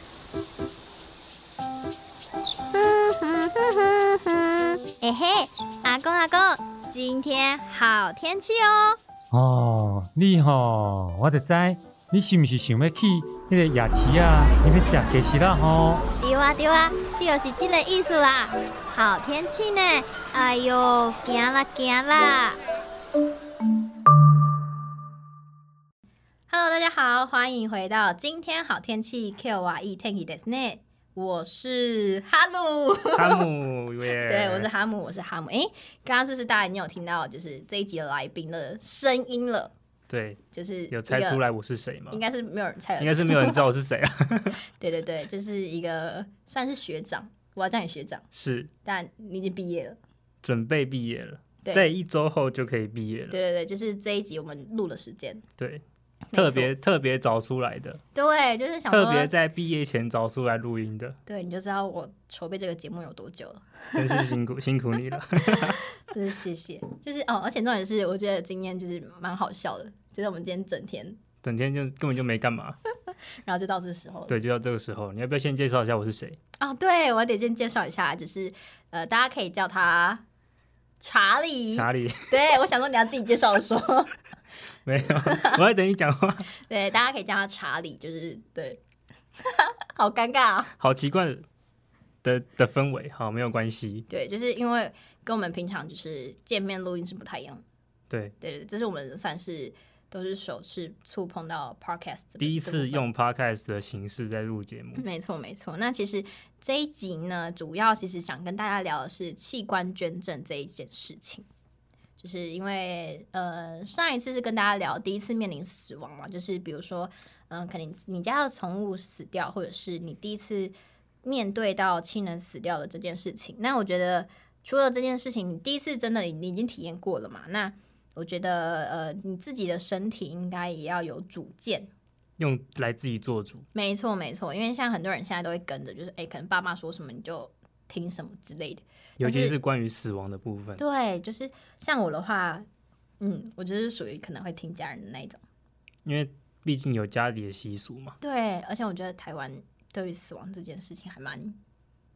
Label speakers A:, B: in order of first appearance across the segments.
A: 今天好天气哦。
B: 哦，你吼、我就知，你是毋是想要去迄个夜市啊？你要食鸡翅啦 吼？
A: 对啊对啊，就是这个意思啦。好天气呢，哎哟，行啦行啦。
C: Hello，大家好，欢迎回到今天好天气 Q 啊 E Tanky d e s n 我是哈 鲁，
D: 哈姆耶，
C: 对，我是哈姆，我是哈姆。诶，刚刚是不是大家已经有听到，就是这一集的来宾的声音了？
D: 对，
C: 就是一个
D: 有猜出，来我是谁吗
C: 应？该是没有人猜得出，
D: 应该是没有人知道我是谁啊。
C: 对对对，就是一个算是学长，我要叫你学长，
D: 是
C: 但你已经毕业了。
D: 准备毕业了，
C: 对
D: 在
C: 对
D: 一周后就可以毕业了。
C: 对对，就是这一集我们录的时间，
D: 对，
C: 没错
D: 特别特别早出来的，
C: 对，就是想
D: 特别
C: 说，
D: 在毕业前早出来录音的，
C: 对，你就知道我筹备这个节目有多久了。
D: 真是辛苦辛苦你了。
C: 真是谢谢，就是哦，而且重点是，我觉得今天就是蛮好笑的，就是我们今天整天，
D: 整天就根本就没干嘛。
C: 然后就到这时候了。
D: 对，就到这个时候，你要不要先介绍一下我是谁？
C: 哦，对，我得先介绍一下，就是呃，大家可以叫他查理。
D: 查理
C: 对，我想说你要自己介绍的说，
D: 没有，我在等你讲话，
C: 对，大家可以叫他查理，就是对， 好尴尬啊、
D: 好奇怪的的的氛围。好，没有关系。
C: 对，就是因为跟我们平常就是见面录音是不太一样的。
D: 对，
C: 对对，对这是我们算是都是首次触碰到 podcast 这个
D: 第一
C: 这部
D: 次
C: 分
D: 用 podcast 的形式在录节目。
C: 没错，没错。那其实这一集呢，主要其实想跟大家聊的是器官捐赠这一件事情，就是因为呃上一次是跟大家聊第一次面临死亡嘛，就是比如说嗯、呃可能你家的宠物死掉，或者是你第一次面对到亲人死掉的这件事情。那我觉得除了这件事情，你第一次真的你已经体验过了嘛？那我觉得呃你自己的身体应该也要有主见，
D: 用来自己做主，
C: 没错，没错，因为像很多人现在都会跟着，就是哎、诶可能爸妈说什么你就听什么之类的。
D: 尤
C: 但
D: 其
C: 是
D: 是关于死亡的部分。
C: 对，就是像我的话，嗯，我就是属于可能会听家人的那一种。
D: 因为毕竟有家里的习俗嘛，
C: 对，而且我觉得台湾对于死亡这件事情还蛮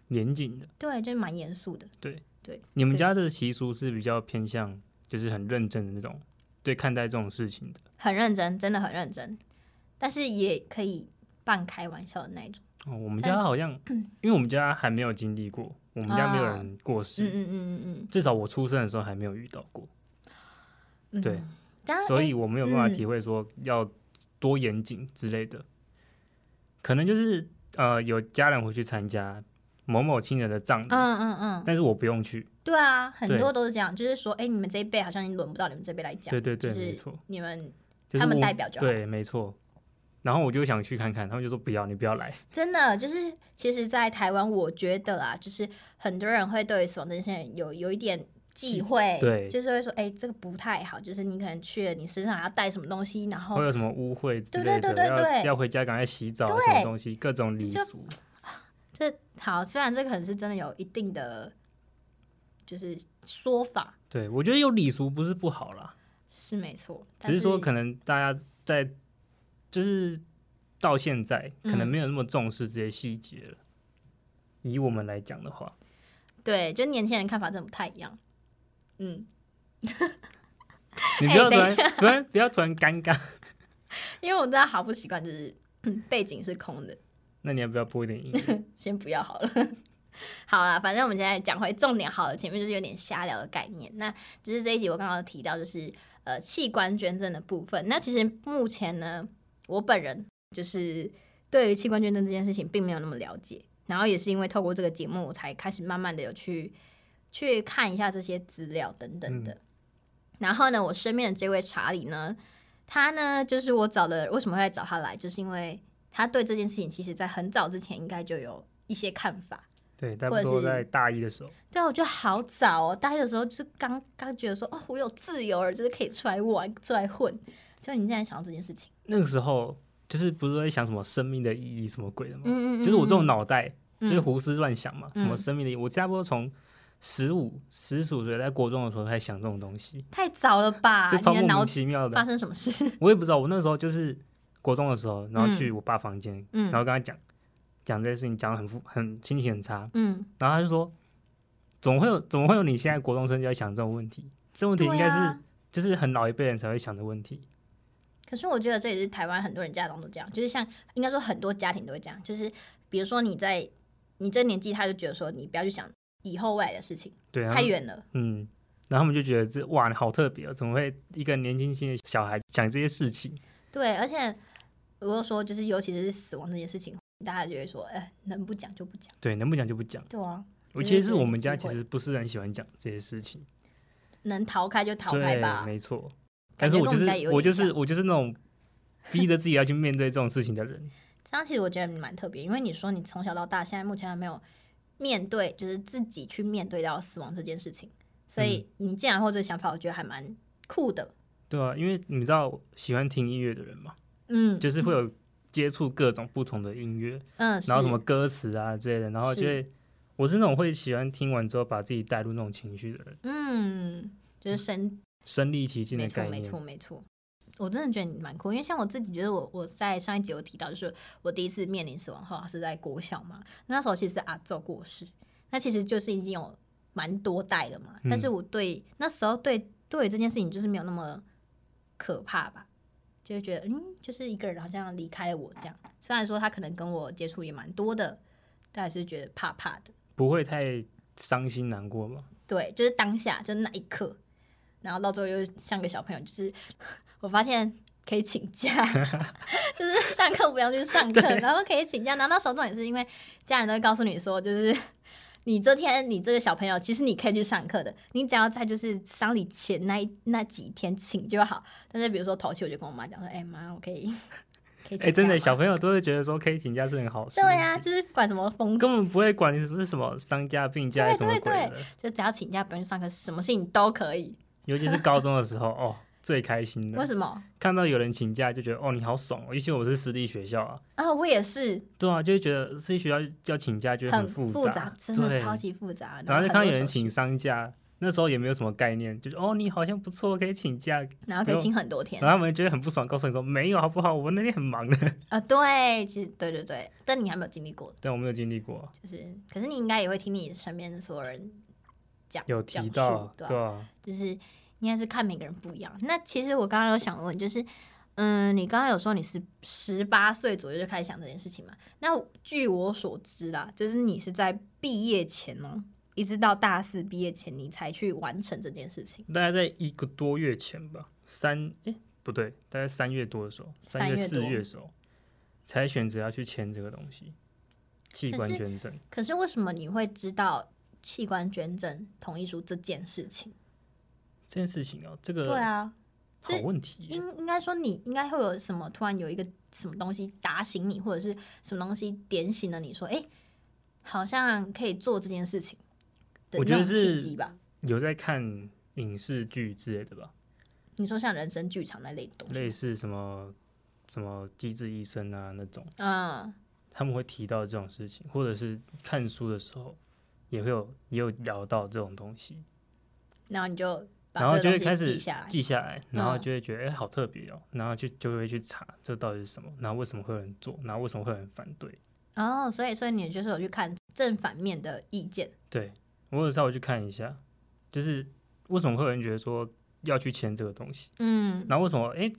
D: 严谨的。
C: 对，就是蛮严肃的。
D: 对
C: 对，
D: 你们
C: 所以
D: 家的习俗是比较偏向，就是很认真的那种，对看待这种事情的。
C: 很认真，真的很认真，但是也可以半开玩笑的那一种。
D: 哦，我们
C: 但嗯
D: 家好像，因为我们家还没有经历过，我们家没有人过世，
C: 嗯嗯嗯嗯
D: 至少我出生的时候还没有遇到过，
C: 嗯，
D: 对
C: 嗯。当然，
D: 所
C: 诶
D: 以我没有办法
C: 嗯
D: 体会说要多严谨之类的。可能就是呃，有家人会去参加某某亲人的葬礼，
C: 嗯嗯嗯，
D: 但是我不用去。
C: 对啊，很
D: 对
C: 多都是这样，就是说，哎、你们这一辈好像已经轮不到你们这辈来讲，
D: 对对对，
C: 就是
D: 没错。
C: 你们
D: 就是
C: 他们
D: 我
C: 代表就好
D: 对，没错。然后我就想去看看，他们就说不要，你不要来。
C: 真的就是，其实，在台湾，我觉得啊，就是很多人会对于死亡这件事情有有一点忌讳，
D: 对
C: 就是会说，哎、这个不太好，就是你可能去了，你身上还要带什么东西，然后
D: 会有什么污秽之
C: 哦对
D: 类的，
C: 对对对对
D: 要要回家赶快洗澡，
C: 对
D: 什么东西，各种礼俗，
C: 这好，虽然这个可能是真的有一定的就是说法
D: 对我觉得有礼俗不是不好啦，
C: 是没错，但
D: 只是说可能大家在就是到现在可
C: 嗯
D: 能没有那么重视这些细节了。以我们来讲的话，
C: 对，就年轻人看法真的不太一样，嗯，
D: 你
C: 哎
D: 不要突
C: 等
D: 然、突然不要突然尴尬，
C: 因为我真的好不习惯，就是 嗯背景是空的，
D: 那你要不要播一点音乐？
C: 先不要好了。好啦，反正我们现在讲回重点好了，前面就是有点瞎聊的概念。那就是这一集我刚刚有提到，就是呃器官捐赠的部分。那其实目前呢，我本人就是对于器官捐赠这件事情并没有那么了解，然后也是因为透过这个节目，我才开始慢慢的有去去看一下这些资料等等的。然后呢，我身边的这位查理呢，他呢就是我找的，为什么会来找他来，就是因为他对这件事情其实在很早之前应该就有一些看法。
D: 对，差
C: 或者
D: 不多
C: 是
D: 在大一的时候，
C: 对啊，我觉得好早哦，大一的时候就是刚刚觉得说，哦，我有自由了，就是可以出来玩，出来混。就你竟然想到这件事情，
D: 那个时候就是不是在想什么生命的意义什么鬼的吗？
C: 嗯
D: 就是我这种脑袋
C: 嗯
D: 就是胡思乱想嘛，
C: 嗯
D: 什么生命的意义，我差不多从十五、十五岁在国中的时候才想这种东西，
C: 太早了吧？
D: 就超
C: 啊你
D: 莫
C: 的脑
D: 名
C: 子
D: 其妙
C: 发
D: 的。
C: 生什么事？
D: 我也不知道，我那时候就是国中的时候，然后去
C: 嗯
D: 我爸房间，
C: 嗯
D: 然后跟他讲讲这些事情，讲的很负，很心情很差，
C: 嗯，
D: 然后他就说，怎么会有怎么会有你现在国中生就在想这种问题？这问题应该是、
C: 对啊
D: 就是很老一辈人才会想的问题。
C: 可是我觉得这也是台湾很多人家长都这样，就是像应该说很多家庭都会这样，就是比如说你在你这年纪，他就觉得说你不要去想以后未来的事情，
D: 对啊，
C: 太远了。
D: 嗯，然后他们就觉得这哇，你好特别哦，怎么会一个年轻轻的小孩讲这些事情？
C: 对，而且如果说就是尤其是死亡这件事情，大家就会说，哎、能不讲就不讲。
D: 对，能不讲就不讲。
C: 对啊，
D: 我
C: 就是
D: 其实是
C: 有
D: 我
C: 点
D: 们家
C: 忌
D: 其
C: 讳
D: 实不是很喜欢讲这些事情，
C: 能逃开就逃开
D: 对，
C: 吧。
D: 没错。
C: 感
D: 但是
C: 觉
D: 我
C: 跟我
D: 就
C: 们
D: 是
C: 家也有
D: 我就
C: 点
D: 是
C: 像
D: 我就是那种逼着自己要去面对这种事情的人。
C: 这样其实我觉得蛮特别，因为你说你从小到大，现在目前还没有面对，就是自己去面对到死亡这件事情，所以
D: 嗯
C: 你竟然会有这个想法，我觉得还蛮酷的。
D: 对啊，因为你知道喜欢听音乐的人嘛，
C: 嗯，
D: 就是会有接触各种不同的音乐，
C: 嗯，
D: 然后什
C: 是
D: 么歌词啊之类的，然后就是会我是那种会喜欢听完之后把自己带入那种情绪的人，
C: 嗯，就是身，
D: 身临其境
C: 没
D: 的
C: 错
D: 概
C: 没
D: 念
C: 错。没错。我真的觉得你蛮酷，因为像我自己，觉得我我在上一集有提到，就是我第一次面临死亡后啊是在国小嘛，那时候其实是阿昼过世，那其实就是已经有蛮多代了嘛，但是
D: 嗯
C: 我对那时候对对于这件事情就是没有那么可怕吧，就会觉得嗯，就是一个人好像离开了我这样，虽然说他可能跟我接触也蛮多的，但还是觉得怕怕的。
D: 不会太伤心难过嘛？
C: 对，就是当下，就是那一刻，然后到最后又像个小朋友，就是 我发现可以请假， 就是上课不要去上课，然后可以请假。然后那时候重点是因为家人都会告诉你说，就是 你这天你这个小朋友，其实你可以去上课的，你只要在就是丧礼前那一那几天请就好。但是比如说头七，我就跟我妈讲说，哎、妈，我可以可以请假
D: 哎、真的
C: 吗
D: 小朋友都会觉得说可以请假是很好事，
C: 对啊呀、就是不管什么风
D: 根本不会管你是不是什么丧假、病假还
C: 对
D: 是什么
C: 对
D: 鬼的，
C: 就只要请假不用去上课，什么事情都可以。
D: 尤其是高中的时候 哦，最开心
C: 为
D: 的，
C: 什么？看
D: 看到有人请假就觉得哦你好爽哦，尤其我是私立学校啊，
C: 啊，我也是，
D: 对啊，就会觉得私立学校要请假就
C: 很
D: 复
C: 复
D: 杂，
C: 真的
D: 对
C: 超级复杂。
D: 然后就看到有人
C: 很
D: 请丧假，那时候也没有什么概念，就是哦，你好像不错，可以请假。
C: 多手续，然后可以请很多天
D: 然后他们觉得很不爽，告诉你说没有，好不好？我那天很忙的。
C: 啊。对，其实对对对，但你还没有经历过，
D: 但我没有经历过，
C: 就是，可是你应该也会听你身边的所有人讲，
D: 有
C: 讲
D: 提
C: 述
D: 到，
C: 对
D: 对
C: 啊
D: 啊，
C: 就是应该是看每个人不一样。那其实我刚刚有想问，就是。嗯，你刚刚有说你是十八岁左右就开始想这件事情嘛？那据我所知啦，就是你是在毕业前哦，一直到大四毕业前，你才去完成这件事情。
D: 大概在一个多月前吧，三诶不对，大概三月多的时候，
C: 三
D: 三月
C: 月
D: 四
C: 多
D: 月的时候才选择要去签这个东西，器
C: 可
D: 官
C: 是
D: 捐赠。
C: 可是为什么你会知道器官捐赠同意书这件事情？
D: 这件事情哦，这
C: 对
D: 个
C: 啊，
D: 好
C: 是
D: 问题耶，
C: 应应该说你应该会有什么突然有一个什么东西打醒你，或者是什么东西点醒了你说，哎、好像可以做这件事情的
D: 我
C: 那种
D: 觉得
C: 契
D: 是
C: 机吧？
D: 有在看影视剧之类的吧，
C: 你说像人生剧场那类的东西
D: 类
C: 吗，
D: 似什么什么机智医生啊那种。
C: 嗯，
D: 他们会提到这种事情，或者是看书的时候也会有也有聊到这种东西，
C: 然后你就把
D: 然后
C: 这个
D: 就会
C: 东
D: 开
C: 西
D: 始
C: 记下来，
D: 记下来，然后
C: 嗯
D: 就会觉得哎、诶好特别哦，然后就就会去查这到底是什么，然后为什么会有人做，然后为什么会有人反对。
C: 哦，所以所以你就是有去看正反面的意见，
D: 对我有稍微去看一下，就是为什么会有人觉得说要去签这个东西，
C: 嗯
D: 然后为什么哎、诶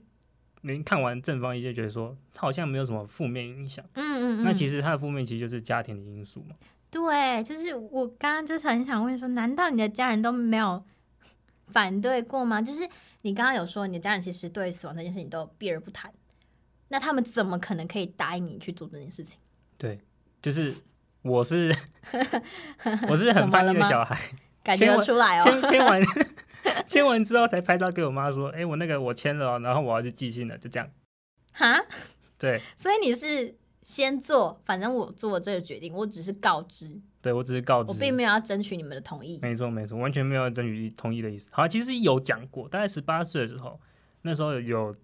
D: 您看完正方意见觉得说它好像没有什么负面影响，
C: 嗯嗯嗯，
D: 那其实它的负面其实就是家庭的因素嘛。
C: 对，就是我刚刚就是很想问说，难道你的家人都没有 反对过吗？就是你刚刚有说你的家人其实对死亡这件事情都避而不谈，那他们怎么可能可以答应你去做这件事情？
D: 对，就是 我是我是很叛逆
C: 怎么了
D: 的
C: 吗
D: 小孩，
C: 感觉
D: 千
C: 得
D: 万
C: 出来哦，
D: 签签完 签完之后才拍照给我妈说，哎、我那个我签了、哦，然后我要去寄信了，就这样。
C: 哈，
D: 对
C: 所以你是先做，反正我做这个决定，我只是告知，
D: 对，我只是告知
C: 我，并没有要争取你们的同意。
D: 没错没错，完全没有争取同意的意思。好，其实有讲过，大概十八岁的时候，那时候有。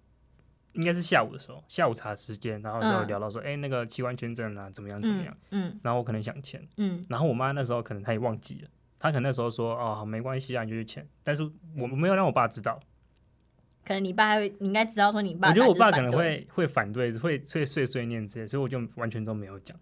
D: 应该是下午的时候，下午茶时间，然后就
C: 嗯
D: 聊到说，哎、那个器官捐赠啊，怎么样怎么
C: 嗯
D: 样？
C: 嗯
D: 然后我可能想签，
C: 嗯，
D: 然后我妈那时候可能她也忘记了，她可能那时候说哦好没关系啊，你就去签。但是我没有让我爸知道，
C: 可能你爸还会，你应该知道说你爸，
D: 我觉得我爸可能会会反对，会会碎碎念之类，所以我就完全都没有讲。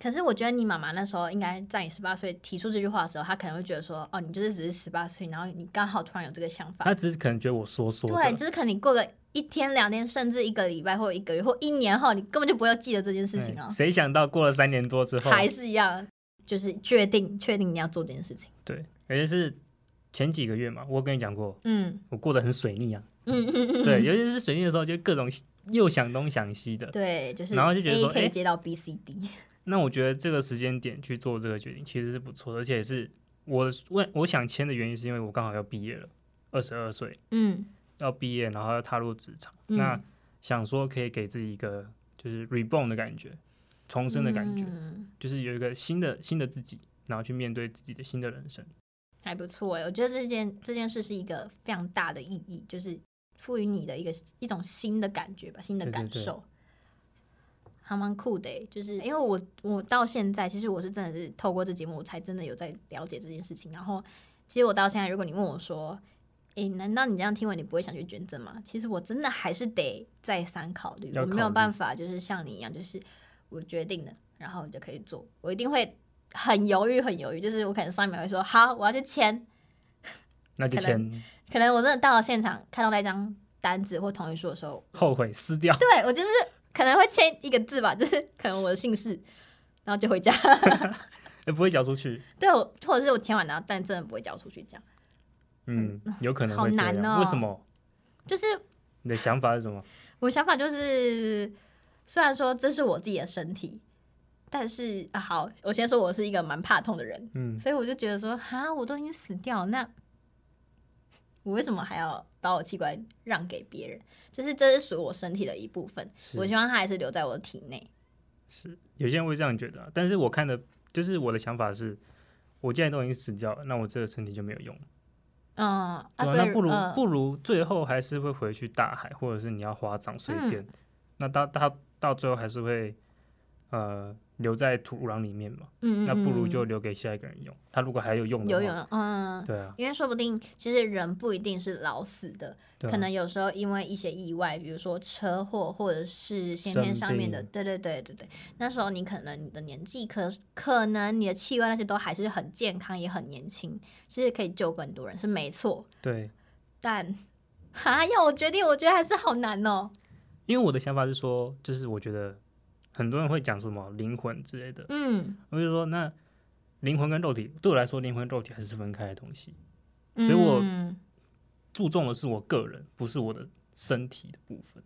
C: 可是我觉得你妈妈那时候应该在你十八岁提出这句话的时候，她可能会觉得说，哦，你就是只是十八岁，然后你刚好突然有这个想法
D: 他，只是可能觉得我说说
C: 对，
D: 的，
C: 就是可能你过个一天、两天，甚至一个礼拜或一个月或一年后，你根本就不会记得这件事情
D: 哎
C: 哦，
D: 谁想到过了三年多之后，
C: 还是一样，就是确定确定你要做这件事情。
D: 对，而且是前几个月嘛，我跟你讲过，
C: 嗯
D: 我过得很水逆啊，
C: 嗯嗯嗯，
D: 对，尤其是水逆的时候，就各种又想东想西的。
C: 对，就是
D: 然后就觉得
C: A
D: 说
C: 可
D: 哎
C: 以接到 B、C、D，
D: 那我觉得这个时间点去做这个决定其实是不错的，而且也是我问我想签的原因是因为我刚好要毕业了，二十二岁
C: 嗯
D: 要毕业，然后要踏入职场，
C: 嗯
D: 那想说可以给自己一个就是 reborn 的感觉，重生的感觉，
C: 嗯
D: 就是有一个新的新的自己，然后去面对自己的新的人生。
C: 还不错哎，我觉得这件这件事是一个非常大的意义，就是赋予你的一个一种新的感觉吧，新的
D: 对对
C: 感受，
D: 对
C: 还蛮酷的欸。就是因为我我到现在，其实我是真的是透过这节目，我才真的有在了解这件事情。然后，其实我到现在，如果你问我说，诶、难道你这样听完你不会想去捐赠吗？其实我真的还是得再三考虑，
D: 要
C: 我没有
D: 考虑
C: 办法就是像你一样，就是我决定了，然后我就可以做，我一定会。很犹豫，很犹豫，就是我可能上一秒会说好，我要去签，
D: 那就
C: 可能
D: 签
C: 可能我真的到了现场看到那张单子或同意书的时候，
D: 后悔撕掉，
C: 对我就是可能会签一个字吧，就是 可能我的姓氏，然后就回家。
D: 也哎不会交出去。
C: 对我，或者是我签完然后但真的不会交出去，这样
D: 嗯，有可能会
C: 好
D: 这
C: 难
D: 样。
C: 哦
D: 为什么？
C: 就是
D: 你的想法是什么？
C: 我想法就是，虽然说这是我自己的身体，但是、啊、好，我先说我是一个蛮怕痛的人，
D: 嗯，
C: 所以我就觉得说，哈，我都已经死掉了，那我为什么还要把我器官让给别人？就是这是属于我身体的一部分，
D: 是
C: 我希望它还是留在我的体内。
D: 是，有些人会这样觉得啊、但是我看的，就是我的想法是，我既然都已经死掉了，那我这个身体就没有用了，
C: 嗯，啊，
D: 对
C: 所
D: 吧、
C: 以
D: 那不如、
C: 嗯
D: 不如最后还是会回去大海，或者是你要花葬随
C: 嗯
D: 便，那到到到最后还是会呃留在土壤里面嘛，
C: 嗯，
D: 那不如就
C: 嗯
D: 留给下一个人用，他如果还有用
C: 嗯
D: 的
C: 游
D: 话，
C: 泳，嗯，
D: 对啊，
C: 因为说不定其实人不一定是老死的，
D: 对啊
C: 可能有时候因为一些意外，比如说车祸或者是先天上面的，
D: 生
C: 对对对对对，那时候你可能你的年纪可可能你的器官那些都还是很健康，也很年轻，其实可以救更多人是没错，
D: 对，
C: 但哈要我决定，我觉得还是好难哦。
D: 因为我的想法是说，就是我觉得很多人会讲什么灵魂之类的，
C: 嗯，
D: 我就说那灵魂跟肉体对我来说，灵魂肉体还是分开的东西。所以我
C: 嗯
D: 注重的是我个人，不是我的身体的部分。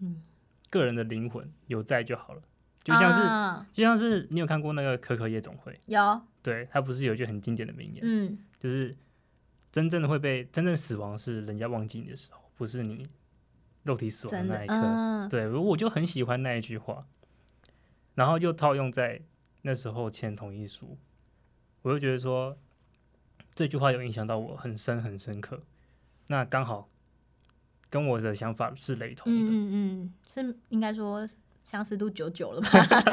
C: 嗯，
D: 个人的灵魂有在就好了。就像是、
C: 啊
D: 就像是你有看过那个《可可夜总会》，
C: 有，
D: 对，它不是有一句很经典的名言，
C: 嗯
D: 就是真正的会被真正死亡是人家忘记你的时候，不是你肉体死亡
C: 真
D: 的
C: 的
D: 那一，刻。
C: 嗯
D: 对，我就很喜欢那一句话，然后又套用在那时候签同意书，我就觉得说这句话有影响到我很深很深刻。那刚好跟我的想法是雷同的，
C: 嗯嗯嗯，是应该说相似度九九了吧？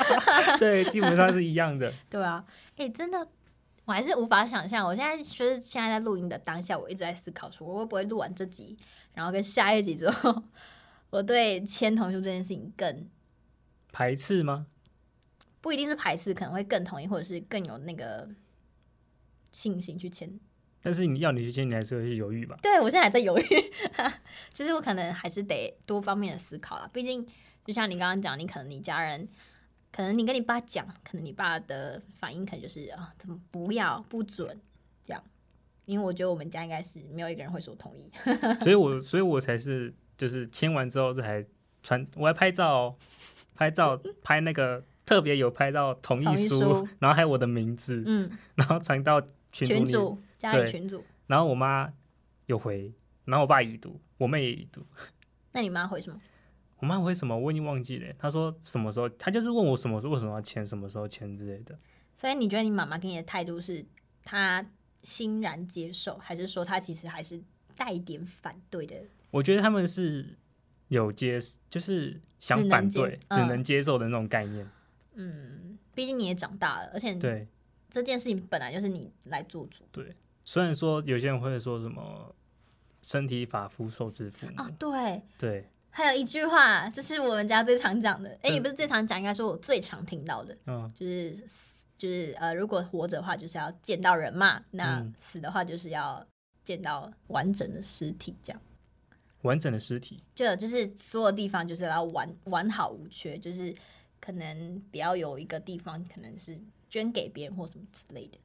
D: 对，基本上是一样的。
C: 对啊，哎、真的，我还是无法想象。我现在就是现在在录音的当下，我一直在思考说，我会不会录完这集，然后跟下一集之后，我对签同书这件事情更
D: 排斥吗？
C: 不一定是排斥，可能会更同意，或者是更有那个信心去签。
D: 但是你要你去签，你还是会去犹 豫吧？
C: 对我现在还在犹豫， 其实我可能还是得多方面的思考啦。毕竟，就像你刚刚讲，你可能你家人，可能你跟你爸讲，可能你爸的反应可能就是啊，怎么不要不准这样。因为我觉得我们家应该是没有一个人会说同意，
D: 所以我所以我才是就是签完之后这还传，我还拍照哦、拍照拍那个特别有拍到同
C: 同
D: 意
C: 意
D: 书，
C: 书
D: 然后还有我的名字，
C: 嗯，
D: 然后传到群组
C: 群
D: 里，
C: 主家里
D: 对
C: 群主，
D: 然后我妈有回，然后我爸已读，我妹也已读。
C: 那你妈回什么？
D: 我妈回什么我已经忘记了，她说什么时候，她就是问我什么时候为什么要签，什么时候签之类的。
C: 所以你觉得你妈妈给你的态度是她欣然接受，还是说她其实还是带一点反对的？
D: 我觉得他们是有接，就是想
C: 只能
D: 反
C: 接
D: 对，
C: 嗯
D: 只能接受的那种概念。
C: 嗯，毕竟你也长大了，而且
D: 对
C: 这件事情本来就是你来做主。
D: 对，虽然说有些人会说什么身体发肤受之父母，
C: 哦，对，
D: 对，
C: 还有一句话，这是我们家最常讲的，哎、
D: 嗯
C: 也不是最常讲，应该说我最常听到的，
D: 嗯，
C: 就是就是呃，如果活着的话，就是要见到人嘛；那
D: 嗯
C: 死的话，就是要见到完整的尸体，这样。
D: 完整的尸体，
C: 就就是所有地方就是要完完好无缺，就是可能不要有一个地方可能是捐给别人或什么之类的。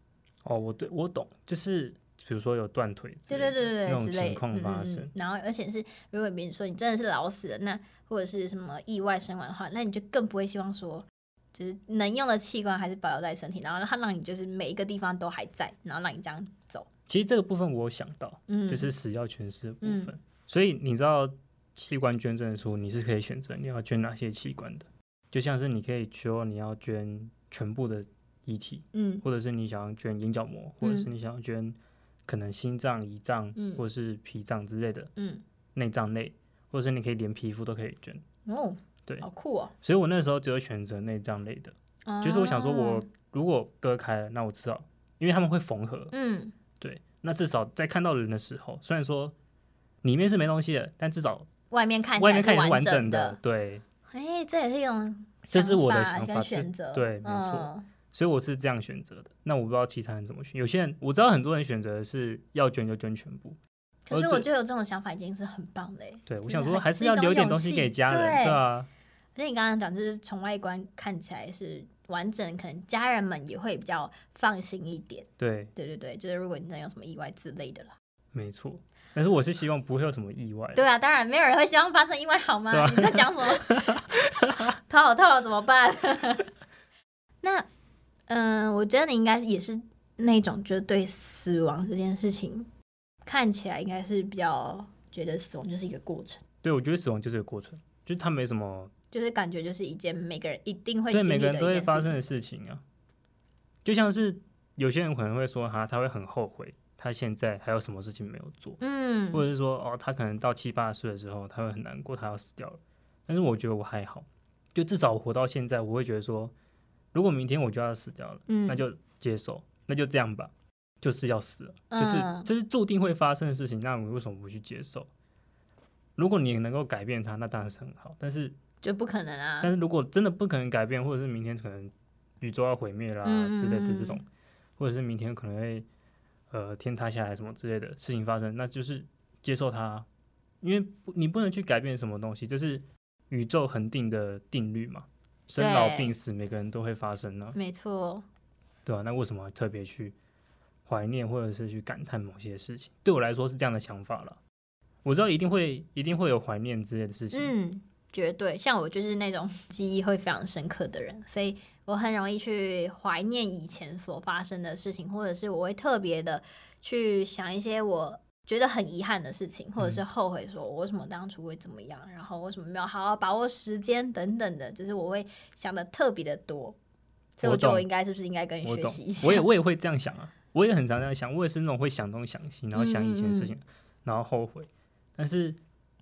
D: 哦，我对我懂，就是比如说有断腿之
C: 对
D: 类的，
C: 对对对对，
D: 那种
C: 之类
D: 情况发
C: 嗯嗯嗯
D: 生。。
C: 然后而且是如果别人说你真的是老死了，那或者是什么意外身亡的话，那你就更不会希望说。就是能用的器官还是保留在身体，然后它让你就是每一个地方都还在，然后让你这样走，
D: 其实这个部分我有想到，
C: 嗯，
D: 就是死要全尸的部
C: 嗯
D: 分。所以你知道器官捐赠的时候，你是可以选择你要捐哪些器官的，就像是你可以说你要捐全部的遗体，
C: 嗯
D: 或者是你想要捐眼角膜，或者是
C: 嗯
D: 你想要捐可能心脏、胰脏
C: 嗯
D: 或是脾脏之类的
C: 嗯
D: 内脏类，或者是你可以连皮肤都可以捐。
C: 哦，
D: 对
C: 好酷哦，
D: 所以我那时候只有选择内脏类的，就是我想说，我
C: 啊
D: 如果割开了，那我知道，因为他们会缝合，
C: 嗯
D: 对，那至少在看到人的时候，虽然说里面是没东西的，但至少
C: 外面看起
D: 外
C: 来
D: 面看也是完
C: 整
D: 整的，对，
C: 哎、这也是一种
D: 这是我的
C: 想
D: 想
C: 跟
D: 法这
C: 选择，嗯
D: 对没错所以我是这样选择的。那我不知道其他人怎么选，有些人我知道很多人选择的是要捐就捐全部，
C: 可是
D: 而
C: 我
D: 这
C: 觉得有这种想法已经是很棒的欸
D: 对我
C: 真
D: 想
C: 的
D: 说
C: 还
D: 还
C: 是
D: 是
C: 一
D: 要
C: 种
D: 留一点
C: 勇
D: 东西
C: 气
D: 给家
C: 对
D: 人，对啊，
C: 而且你刚刚讲，就是从外观看起来是完整，可能家人们也会比较放心一点。
D: 对，
C: 对对对，就是如果你真的有什么意外之类的啦。
D: 没错。但是我是希望不会有什么意外，
C: 对啊，当然没有人会希望发生意外，好吗？
D: 对啊
C: 你在讲什么？头好痛哦，怎么办？ 那，嗯、我觉得你应该也是那种，就是对死亡这件事情看起来应该是比较觉得死亡就是一个过程。
D: 对，我觉得死亡就是个过程，就是它没什么
C: 就是感觉就是一件每个人一定会
D: 对
C: 经历
D: 每
C: 的一
D: 个人都
C: 件
D: 会
C: 事
D: 发生
C: 情
D: 的事情啊。就像是有些人可能会说哈，他会很后悔，他现在还有什么事情没有做，
C: 嗯，
D: 或者是说哦，他可能到七八岁的时候，他会很难过，他要死掉了。但是我觉得我还好，就至少我活到现在，我会觉得说，如果明天我就要死掉了，
C: 嗯
D: 那就接受，那就这样吧，就是要死了，就是
C: 嗯
D: 这是注定会发生的事情，那我为什么不去接受？如果你能够改变它，那当然是很好。但是
C: 就不可能啊。
D: 但是如果真的不可能改变，或者是明天可能宇宙要毁灭啦
C: 嗯嗯
D: 之类的
C: 嗯
D: 这种，或者是明天可能会呃天塌下来什么之类的事情发生，那就是接受它，因为不你不能去改变什么东西，这是宇宙恒定的定律嘛。生
C: 对
D: 老病死，每个人都会发生呢、
C: 没错，
D: 对吧、那为什么特别去怀念或者是去感叹某些事情？对我来说是这样的想法了。我知道一定会一定会有怀念之类的事情，
C: 嗯，绝对。像我就是那种记忆会非常深刻的人，所以我很容易去怀念以前所发生的事情，或者是我会特别的去想一些我觉得很遗憾的事情，或者
D: 嗯
C: 是后悔说我为什么当初会怎么样，然后为什么没有好好把握时间等等的，就是我会想的特别的多。所以
D: 我
C: 我觉得
D: 懂
C: 我应该是不是应该跟你
D: 我
C: 哎学
D: 懂
C: 习一，下？
D: 我也我也会这样想啊，我也很常这样想，我也是那种会想东想西，然后想以前的
C: 嗯
D: 事情， 然后后悔。但是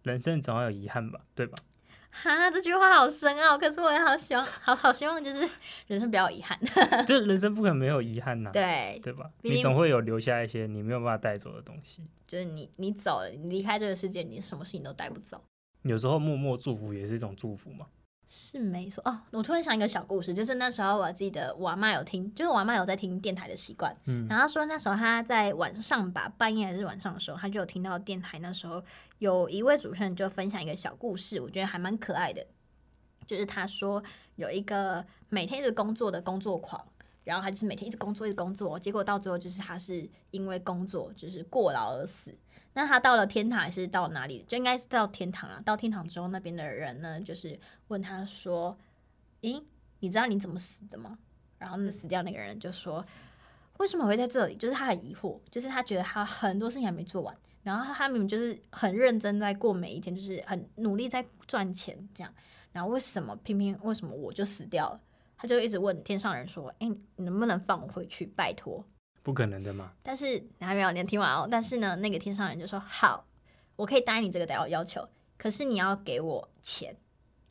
D: 人生总要有遗憾吧，对吧？
C: 哈，这句话好深奥，可是我也好希望，好好希望就是人生不要有遗憾。
D: 就是人生不可能没有遗憾呐、
C: 对，啊
D: 对吧？
C: 毕竟
D: 你总会有留下一些你没有办法带走的东西。
C: 就是你你走了，你离开这个世界，你什么事情都带不走，
D: 有时候默默祝福也是一种祝福嘛。
C: 是没错。哦，我突然想一个小故事，就是那时候我记得我阿妈有听，就是我阿妈有在听电台的习惯，
D: 嗯
C: 然后说那时候她在晚上吧，半夜还是晚上的时候，她就有听到电台那时候有一位主持人就分享一个小故事，我觉得还蛮可爱的。就是他说有一个每天一直工作的工作狂，然后他就是每天一直工作一直工作，结果到最后就是他是因为工作就是过劳而死。那他到了天堂还是到哪里？就应该是到天堂啊。到天堂之后，那边的人呢，就是问他说：“咦，你知道你怎么死的吗？”然后那死掉那个人就说：“为什么我会在这里？”就是他很疑惑，就是他觉得他很多事情还没做完，然后他明明就是很认真在过每一天，就是很努力在赚钱这样。然后为什么偏偏为什么我就死掉了？他就一直问天上人说：“哎、你能不能放我回去？拜托。”
D: 不可能的嘛。
C: 但是你还没有，你听完哦。但是呢，那个天上人就说：“好，我可以答应你这个要要求，可是你要给我钱，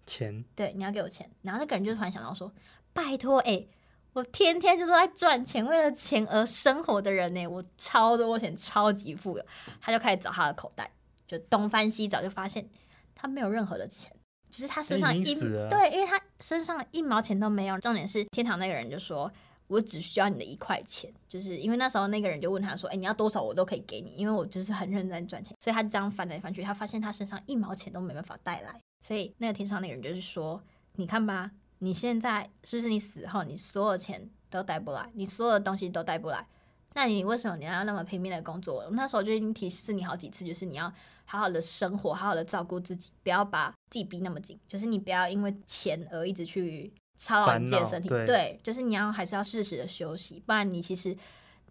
D: 钱
C: 对，你要给我钱。”然后那个人就突然想到说：“拜托，哎、我天天就是在赚钱，为了钱而生活的人呢、欸我超多钱，超级富有。”他就开始找他的口袋，就东翻西找，就发现他没有任何的钱，就是他身上
D: 已
C: 一
D: 经死了
C: 对，因为他身上一毛钱都没有。重点是天堂那个人就说。我只需要你的一块钱，就是因为那时候那个人就问他说：“哎、你要多少我都可以给你，因为我就是很认真赚钱。”所以他就这样翻来翻去，他发现他身上一毛钱都没办法带来，所以那个天上那个人就是说：“你看吧，你现在是不是你死后你所有钱都带不来，你所有的东西都带不来？那你为什么你要那么拼命的工作？我那时候就已经提示你好几次，就是你要好好的生活，好好的照顾自己，不要把自己逼那么紧，就是你不要因为钱而一直去操劳你自己的身体。
D: 烦恼对
C: 就是你要还是要适时的休息，不然你其实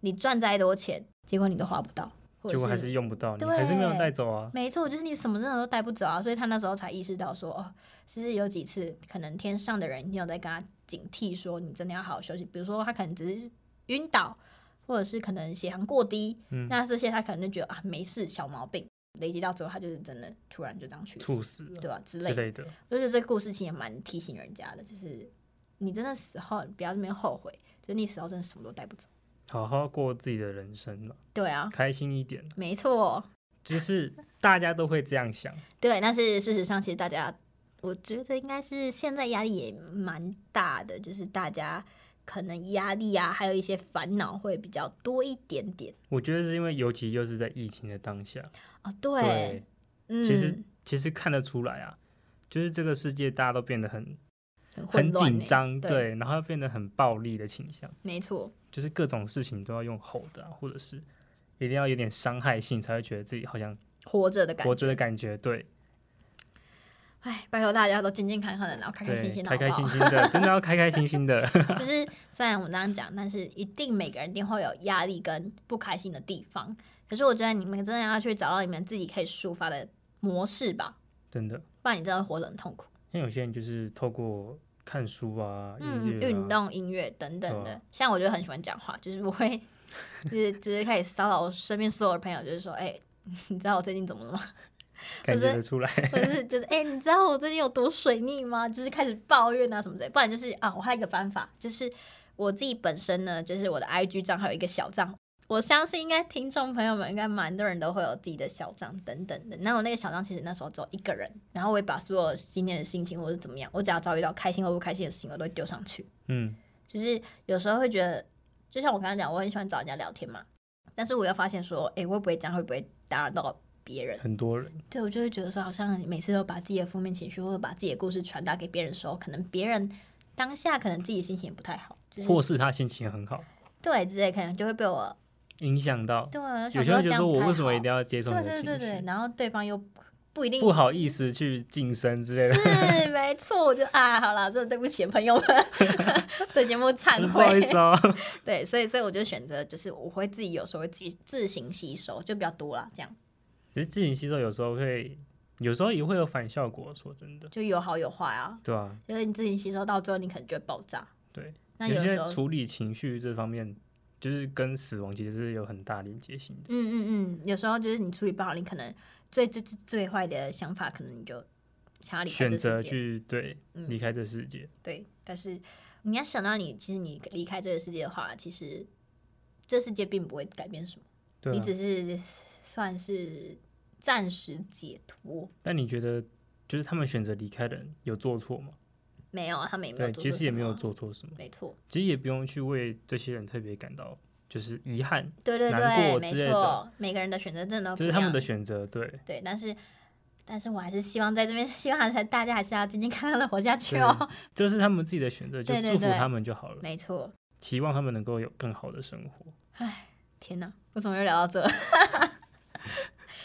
C: 你赚再多钱，结果你都花不到，或
D: 结
C: 者
D: 果还是用不到，你还是没有带走啊。
C: 没错，就是你什么真的都带不走啊，所以他那时候才意识到说，哦，其实有几次可能天上的人一定有在跟他警惕说，你真的要好好休息。比如说他可能只是晕倒，或者是可能血糖过低，
D: 嗯，
C: 那这些他可能就觉得啊没事，小毛病，累积到最后他就是真的突然就这样去世
D: 猝，死了
C: 对吧、啊之类
D: 之
C: 的。
D: 类的，
C: 我觉得这个故事其实也蛮提醒人家的，就是你真的死后你不要那边后悔，就是你死后真的什么都带不走。
D: 好好过自己的人生嘛，
C: 对啊，
D: 开心一点。
C: 没错。
D: 就是大家都会这样想，
C: 对，但是事实上，其实大家，我觉得应该是现在压力也蛮大的，就是大家可能压力啊，还有一些烦恼会比较多一点点。
D: 我觉得是因为尤其又是在疫情的当下，
C: 哦，对，
D: 对，
C: 嗯，
D: 其实其实看得出来啊，就是这个世界大家都变得很
C: 很混
D: 很
C: 乱
D: 紧
C: 欸
D: 张，
C: 对，
D: 对，然后变得很暴力的倾向，
C: 没错，
D: 就是各种事情都要用吼的啊、或者是一定要有点伤害性，才会觉得自己好像
C: 活着的感
D: 活
C: 觉。
D: 着的感觉，对
C: 哎，拜托大家都健健康康的，然后开开心
D: 对，
C: 心的，
D: 开
C: 好不好
D: 开 心？心的，真的要开开心心的，
C: 就是 虽然我们刚刚讲，但是一定每个人一定会有压力跟不开心的地方。可是我觉得你们真的要去找到你们自己可以抒发的模式吧，
D: 真的。
C: 不然你真的活得很痛苦。
D: 因为有些人就是透过看书啊、
C: 嗯，
D: 音乐、啊、
C: 运动、音乐等等
D: 对
C: 的
D: 啊。
C: 像我就很喜欢讲话，就是我会，就是就是开始骚扰我身边所有的朋友，就是说，哎、 你知道我最近怎么 了吗？
D: 感
C: 我
D: 觉
C: 是
D: 得出来，
C: 或者是就是，哎、你知道我最近有多水逆吗？就是开始抱怨啊什么的。不然就是啊，我还有一个方法，就是我自己本身呢，就是我的 IG 账号有一个小账。我相信应该听众朋友们应该蛮多人都会有自己的小账等等的。那我那个小账其实那时候只有一个人，然后我也把所有今天的心情或者怎么样，我只要遭遇到开心或不开心的事情，我都会丢上去。
D: 嗯，
C: 就是有时候会觉得，就像我刚刚讲，我很喜欢找人家聊天嘛，但是我又发现说，诶，会不会这样会不会打扰到别人？
D: 很多人
C: 对我就会觉得说，好像每次都把自己的负面情绪或者把自己的故事传达给别人的时候，可能别人当下可能自己心情也不太好，就是
D: 或是他心情很好，
C: 对之类，可能就会被我
D: 影响到。
C: 对，我想
D: 有些人
C: 这
D: 就
C: 样
D: 说
C: 不
D: 我
C: 太
D: 为什么一
C: 好
D: 定要接受你
C: 对
D: 的
C: 对
D: 情
C: 对对，
D: 绪？
C: 然后对方又不一定
D: 不好意思去晋升之类的。
C: 是没错，我就啊，好啦，真的对不起朋友们， 这节目忏
D: 不
C: 悔
D: 好意。思哦，
C: 对，所以所以我就选择就是我会自己有时候会自己自行吸收，就比较多啦，这样
D: 其实自行吸收有时候会，有时候也会有反效果。说真的，
C: 就有好有坏啊。
D: 对啊，
C: 因为你自行吸收到最后，你可能就会爆炸。
D: 对，
C: 那
D: 有
C: 有
D: 些
C: 时候，
D: 处理情绪这方面，就是跟死亡其实是有很大连接性的。
C: 嗯嗯嗯，有时候就是你处理不好，你可能最最最最坏的想法，可能你就想要嗯离开
D: 选
C: 这
D: 择
C: 世界。
D: 去对
C: 嗯
D: 离开这世界，
C: 对，但是你要想到你，其实你离开这个世界的话，其实这世界并不会改变什么，
D: 对
C: 你
D: 啊。
C: 只是算是暂时解脱。
D: 但你觉得，就是他们选择离开的人有做错吗？
C: 没有啊，他们也没有
D: 对，
C: 做，
D: 其实也没有，做错什么，
C: 啊没错。
D: 其实也不用去为这些人特别感到就是遗憾，
C: 对对
D: 难
C: 对，
D: 过
C: 没
D: 之类的
C: 错，每个人的选择真的都哦不
D: 这
C: 一
D: 是
C: 样。
D: 他们的选择。对，
C: 对，但是但是我还是希望在这边，希望还是大家还是要健健康康的活下去哦。
D: 这是他们自己的选择，就
C: 对对
D: 祝福
C: 对
D: 他们就好了。
C: 没错，
D: 期望他们能够有更好的生活。
C: 天哪，我怎么又聊到这了？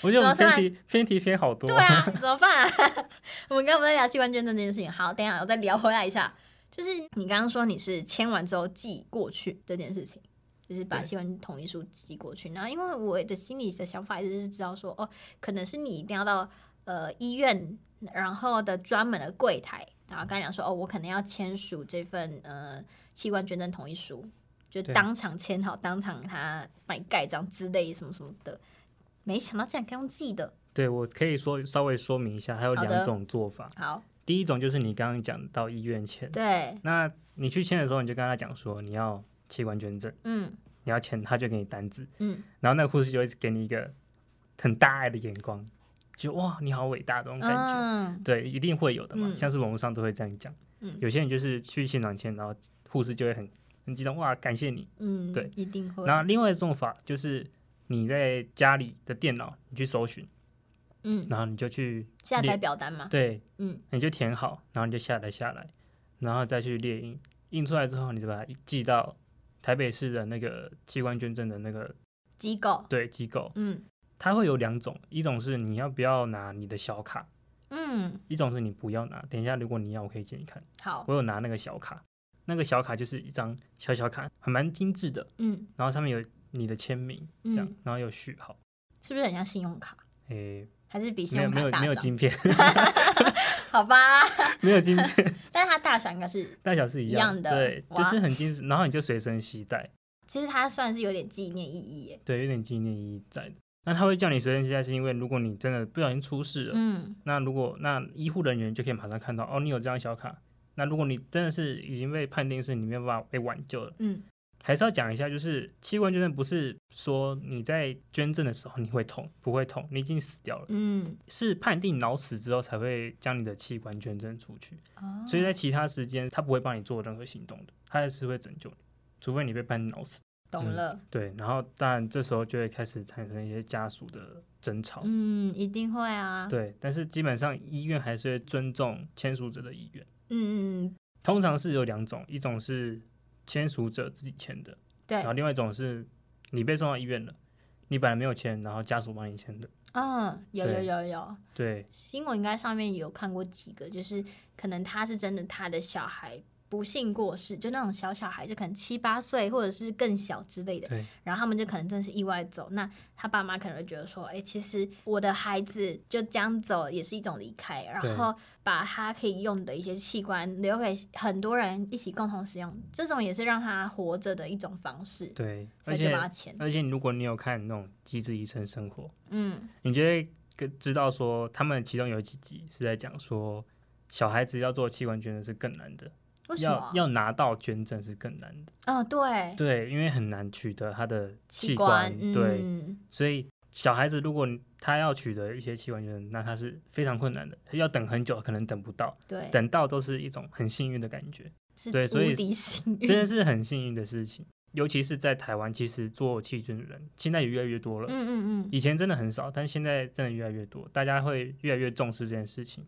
D: 我觉得我们
C: 怎么
D: 偏
C: 突
D: 题偏题偏好多。
C: 对 啊，怎么办、啊？ 我们刚不在聊器官捐赠这件事情。好，等一下我再聊回来一下，就是你刚刚说你是签完之后寄过去这件事情。就是把
D: 对
C: 器官同意书寄过去，然后因为我的心里的想法一直是知道说，哦，可能是你一定要到呃医院，然后的专门的柜台，然后跟他讲说，哦，我可能要签署这份呃器官捐赠同意书，就
D: 对
C: 当场签好，当场他帮你盖章之类什么什么的，没想到竟然可以用寄的，
D: 对我可以说稍微说明一下，它有
C: 好的
D: 两种做法。
C: 好，
D: 第一种就是你刚刚讲到医院签，
C: 对，
D: 那你去签的时候，你就跟他讲说你要器官捐赠，
C: 嗯
D: 你要签，他就给你单子，
C: 嗯，
D: 然后那个护士就会给你一个很大爱的眼光，就哇你好伟大这种感觉。
C: 嗯
D: 对，一定会有的嘛，
C: 嗯
D: 像是网络上都会这样讲。
C: 嗯
D: 有些人就是去现场签，然后护士就会很很激动，哇，感谢你。
C: 嗯，
D: 对，
C: 一定会。
D: 然后另外一种法就是你在家里的电脑，你去搜寻，
C: 嗯，
D: 然后你就去
C: 下载
D: 列
C: 表单嘛，
D: 对，
C: 嗯，
D: 你就填好，然后你就下载下来，然后再去列印，印出来之后，你就把它寄到台北市的那个器官捐赠的那个
C: 机构，
D: 对机构，
C: 嗯
D: 它会有两种，一种是你要不要拿你的小卡，
C: 嗯，
D: 一种是你不要拿。等一下，如果你要，我可以借你看，
C: 好，
D: 我有拿那个小卡，那个小卡就是一张小小卡，还蛮精致的，
C: 嗯
D: 然后上面有你的签名，这样
C: 嗯，，
D: 然后有序号，
C: 是不是很像信用卡？
D: 诶、
C: 还是比信
D: 没有
C: 用
D: 没
C: 卡
D: 有
C: 大
D: 没有
C: 张？
D: 晶 片，
C: 好吧，
D: 没有晶片，
C: 但是它大小应该是，
D: 大小是一
C: 一样的
D: 对，就
C: 哇
D: 是很精致，然后你就随身携带。
C: 其实它算是有点纪念意义耶。
D: 对，有点纪念意义在的。那他会叫你随身携带，是因为如果你真的不小心出事了，
C: 嗯
D: 那如果那医护人员就可以马上看到哦，你有这张小卡。那如果你真的是已经被判定是你没有办法被挽救了，
C: 嗯
D: 还是要讲一下，就是器官捐赠不是说你在捐赠的时候你会痛，不会痛，你已经死掉了，
C: 嗯，
D: 是判定脑死之后才会将你的器官捐赠出去。
C: 哦
D: 所以在其他时间他不会帮你做任何行动的，他还是会拯救你，除非你被判定脑死。
C: 懂了，
D: 对，然后当然这时候就会开始产生一些家属的争吵。
C: 嗯，一定会啊。
D: 对，但是基本上医院还是会尊重签署者的意愿。
C: 嗯，嗯嗯，
D: 通常是有两种，一种是签署者自己签的，
C: 对
D: 然后，另外一种是你被送到医院了，你本来没有签，然后家属帮你签的。
C: 嗯，有有
D: 对
C: 有有，
D: 对，
C: 新闻应该上面有看过几个，就是可能他是真的他的小孩不幸过世，就那种小小孩，就可能七八岁或者是更小之类的
D: 对，
C: 然后他们就可能真的是意外走，那他爸妈可能会觉得说，哎、其实我的孩子就这样走也是一种离开，
D: 对
C: 然后把他可以用的一些器官留给很多人一起共同使用，这种也是让他活着的一种方式，
D: 对，
C: 所
D: 而
C: 以就
D: 且
C: 把他钱，
D: 而且如果你有看那种《机智医生生活》，
C: 嗯
D: 你就会跟知道说，他们其中有几集是在讲说，小孩子要做器官捐赠是更难的。
C: 为什么
D: 要
C: 啊？
D: 要拿到捐赠是更难的，
C: 哦，对，
D: 对，因为很难取得他的器
C: 官，
D: 对，
C: 嗯
D: 所以小孩子如果他要取得一些器官捐赠，那他是非常困难的，要等很久，可能等不到，
C: 对，
D: 等到都是一种很幸运的感觉，
C: 是
D: 对所以
C: 无敌幸运，
D: 真的是很幸运的事情。尤其是在台湾，其实做器捐的人现在也越来越多了，
C: 嗯嗯嗯，
D: 以前真的很少，但现在真的越来越多，大家会越来越重视这件事情，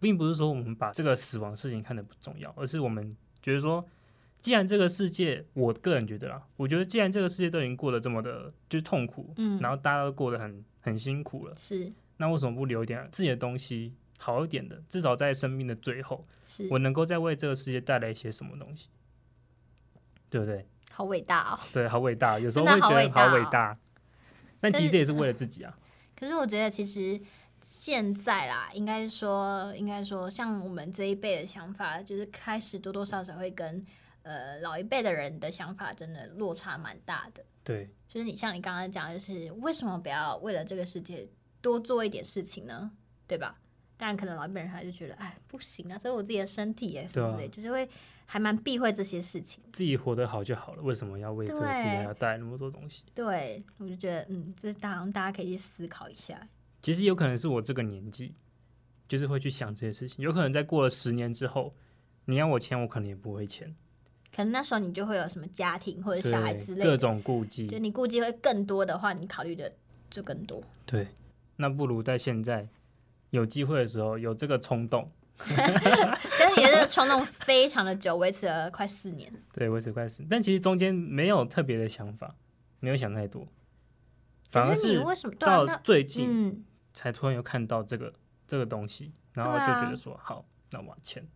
D: 并不是说我们把这个死亡事情看得不重要，而是我们觉得说，既然这个世界，我个人觉得啦，我觉得既然这个世界都已经过得这么的，就是痛苦，
C: 嗯
D: 然后大家都过得很很辛苦了，
C: 是
D: 那为什么不留一点自己的东西，好一点的，至少在生命的最后，
C: 是，
D: 我能够再为这个世界带来一些什么东西，对不对？
C: 好伟大哦。
D: 对，好伟大，有时候
C: 真
D: 会
C: 的
D: 觉
C: 好
D: 得
C: 伟大
D: 好伟
C: 哦嗯
D: 大，但其
C: 但
D: 实
C: 是
D: 这也是为了自己啊。
C: 可是我觉得其实现在啦，应该说应该说，像我们这一辈的想法，就是开始多多少少会跟呃老一辈的人的想法真的落差蛮大的。
D: 对，
C: 就是你像你刚刚讲的，就是为什么不要为了这个世界多做一点事情呢？对吧？当然，可能老一辈人他就觉得，哎，不行啊，这是我自己的身体耶，什么之
D: 对
C: 类，
D: 啊
C: 就是会还蛮避讳这些事情。
D: 自己活得好就好了，为什么要为这个世界
C: 对
D: 还要带来那么多东西？
C: 对，我就觉得，嗯，就是大好像大家可以去思考一下。
D: 其实有可能是我这个年纪，就是会去想这些事情。有可能在过了十年之后，你要我签，我可能也不会签，
C: 可能那时候你就会有什么家庭或者小孩之
D: 对，
C: 类
D: 各
C: 的，
D: 种顾
C: 就
D: 忌，
C: 你估计会更多的话，你考虑的就更多。
D: 对。那不如在现在有机会的时候，有这个冲动，
C: 但是你的这个冲动非常的久，维持了快四年。
D: 对，维持快死。但其实中间没有特别的想法，没有想太多，反
C: 可
D: 而
C: 是你为什么对啊？
D: 到
C: 那
D: 最近
C: 嗯，
D: 才突然又看到这个这个东西，然后
C: 对
D: 就
C: 啊
D: 觉得说，好，那我要签。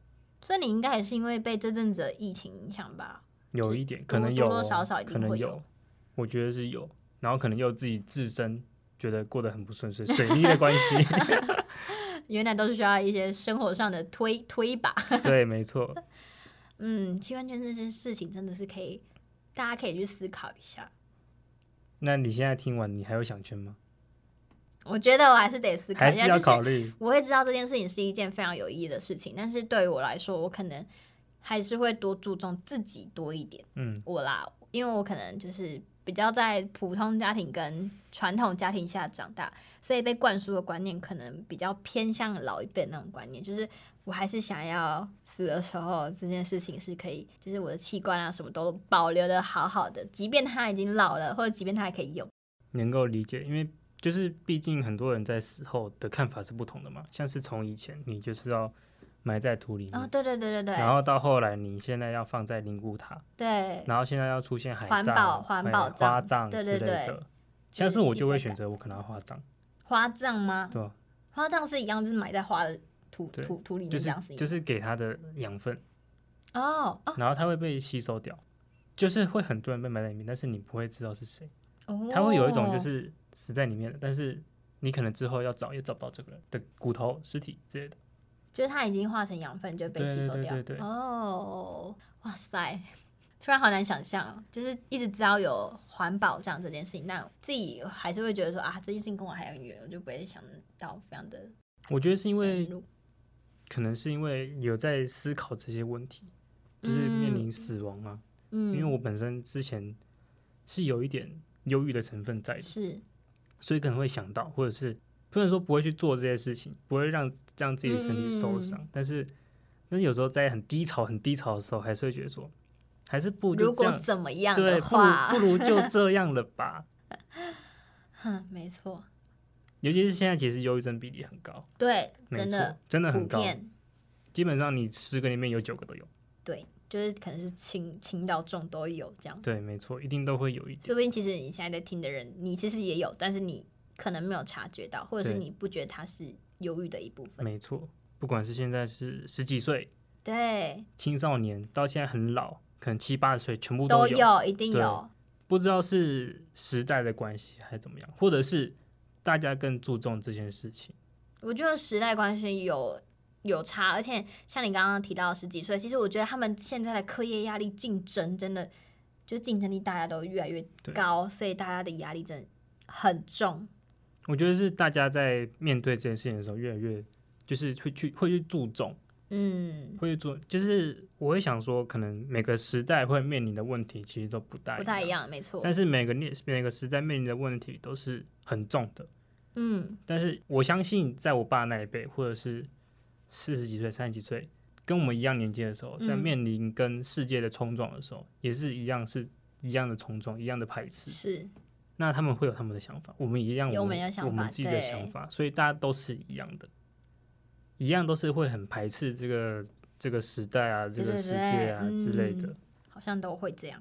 C: 所以你应该也是因为被这阵子的疫情影响吧？
D: 有
C: 就
D: 一点，
C: 多
D: 可能有哦，
C: 多多少少一定
D: 可能
C: 会
D: 有
C: 有，
D: 我觉得是有。然后可能又自己自身觉得过得很不顺遂，水逆的 关系。
C: 原来都是需要一些生活上的推推一把。
D: 对，没错，
C: 嗯，器官捐赠这件事情真的是可以，大家可以去思考一下。
D: 那你现在听完，你还有想圈吗？
C: 我觉得我还是得思考
D: 还
C: 一下，
D: 是要
C: 就是
D: 考虑？
C: 我会知道这件事情是一件非常有意义的事情，但是对于我来说，我可能还是会多注重自己多一点。
D: 嗯，
C: 我啦，因为我可能就是比比较在普通家庭跟传统家庭下长大，所以被灌输的观念可能比较偏向老一辈那种观念，就是我还是想要死的时候这件事情是可以，就是我的器官啊什么都保留的好好的，即便他已经老了，或者即便他还可以用。
D: 能够理解，因为就是毕竟很多人在死后的看法是不同的嘛。像是从以前你就是要埋在土里面，
C: 哦，对对对对对，
D: 然后到后来你现在要放在灵骨塔，
C: 对，
D: 然后现在要出现海
C: 环
D: 葬、
C: 保环
D: 哎
C: 保
D: 花
C: 葬
D: 葬
C: 对
D: 之类
C: 对对
D: 的。像是我就会
C: 仪式
D: 选
C: 感
D: 择我可能要花葬，
C: 花葬吗？
D: 对吧？啊
C: 花葬是一样，就是埋在花的土
D: 对
C: 土土里面
D: 就
C: 这样
D: 是
C: 子。
D: 就是给它的养分，
C: 哦哦
D: 然后它会被吸收掉，就是会很多人被埋在里面，但是你不会知道是谁。
C: 哦，
D: 它会有一种就是死在里面的，但是你可能之后要找也找不到这个人的骨头、尸体之类的。
C: 就是它已经化成养分就被吸收掉。
D: 对对对对对
C: 哦，哇塞， 突然好难想象哦，就是一直知道有环保这样这件事情，但自己还是会觉得说啊，这件事情跟我还很远，我就不会想到非常的
D: 我觉得是因为
C: 深入
D: 可能是因为有在思考这些问题，就是面临
C: 嗯
D: 死亡嘛。
C: 嗯，
D: 因为我本身之前是有一点忧郁的成分在的，
C: 是
D: 所以可能会想到，或者是不能说不会去做这些事情，不会让让自己的身体
C: 嗯
D: 受伤，但是但是有时候在很低潮、很低潮的时候，还是会觉得说，还是不
C: 如
D: 如就这
C: 果
D: 样，
C: 怎么样
D: 对，
C: 的
D: 不如
C: 话，
D: 不如就这样了吧。
C: 哼，没错，
D: 尤其是现在，其实忧郁症比例很高，
C: 对，
D: 没
C: 真
D: 错
C: 的，
D: 真的
C: 普
D: 很高，
C: 遍
D: 基本上你十个里面有九个都有。
C: 对，就是可能是轻轻到重都有这样。
D: 对，没错，一定都会有一
C: 说
D: 点。
C: 不定其实你现在在听的人，你其实也有，但是你可能没有察觉到，或者是
D: 对
C: 你不觉得它是忧郁的一部分。
D: 没错，不管是现在是十几岁
C: 对，
D: 青少年，到现在很老，可能七八十岁，全部
C: 都
D: 有。
C: 有，一定
D: 对
C: 有。
D: 不知道是时代的关系还是怎么样，或者是大家更注重这件事情。
C: 我觉得时代关系有有差，而且像你刚刚提到十几岁，其实我觉得他们现在的课业压力、竞争真的，就竞争力大家都越来越
D: 对
C: 高，所以大家的压力真的很重。
D: 我觉得是大家在面对这件事情的时候，越来越就是会去会去注重，
C: 嗯，
D: 会去做，就是我会想说，可能每个时代会面临的问题其实都不大
C: 不太一，样，没错。
D: 但是每个年每个时代面临的问题都是很重的。
C: 嗯，
D: 但是我相信，在我爸那一辈，或者是四十几岁、三十几岁，跟我们一样年纪的时候，在
C: 嗯
D: 面临跟世界的冲撞的时候，也是一样是一样的冲撞，一样的排斥。
C: 是
D: 那他们会有他们的想法，我们一样
C: 有
D: 我
C: 我们的想法
D: 我们自己的
C: 对
D: 想法，所以大家都是一样的，一样都是会很排斥这个这个时代啊，这
C: 对
D: 个
C: 对
D: 世界啊
C: 对
D: 之类的
C: 嗯。好像都会这样。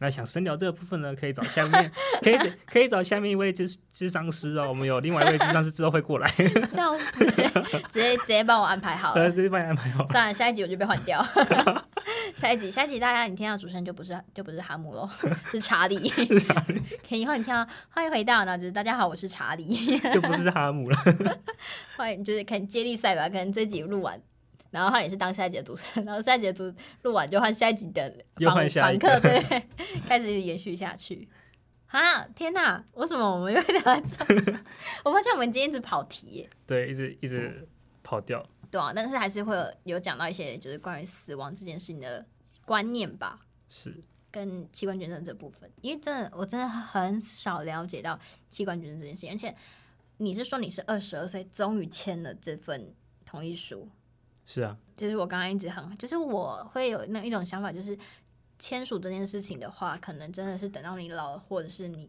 D: 那想深聊这个部分呢，可以找下面， 可以可以找下面一位智智商师哦，我们有另外一位智商师之后会过来，
C: 笑死！欸 直接直接帮我安排好
D: 呃，
C: 了。
D: 这是帮你安排好。
C: 算了，下一集我就被换掉。 下一集，下一集大家你听到主持人就不是就不是哈姆喽，是查 理。可以以后你听到欢迎回到，然后就是大家好，我是查理。
D: 就不是哈姆了。
C: 欢迎就是可能接力赛吧，可能这集录完，然后他也是当下一集的主持人，然后下一集的主录完就换下一集的
D: 又
C: 访
D: 换下一
C: 访
D: 个
C: 客，对，开始延续下去。啊！天哪，为什么我们又聊到这？ 我发现我们今天一直跑题欸耶。
D: 对，一直一直跑掉。
C: 对啊，但是还是会有有讲到一些就是关于死亡这件事情的观念吧，
D: 是，
C: 跟器官捐赠这部分，因为真的我真的很少了解到器官捐赠这件事情，而且你是说你是二十二岁终于签了这份同意书，
D: 是啊，
C: 就是我刚刚一直很，就是我会有那一种想法，就是签署这件事情的话，可能真的是等到你老了，或者是你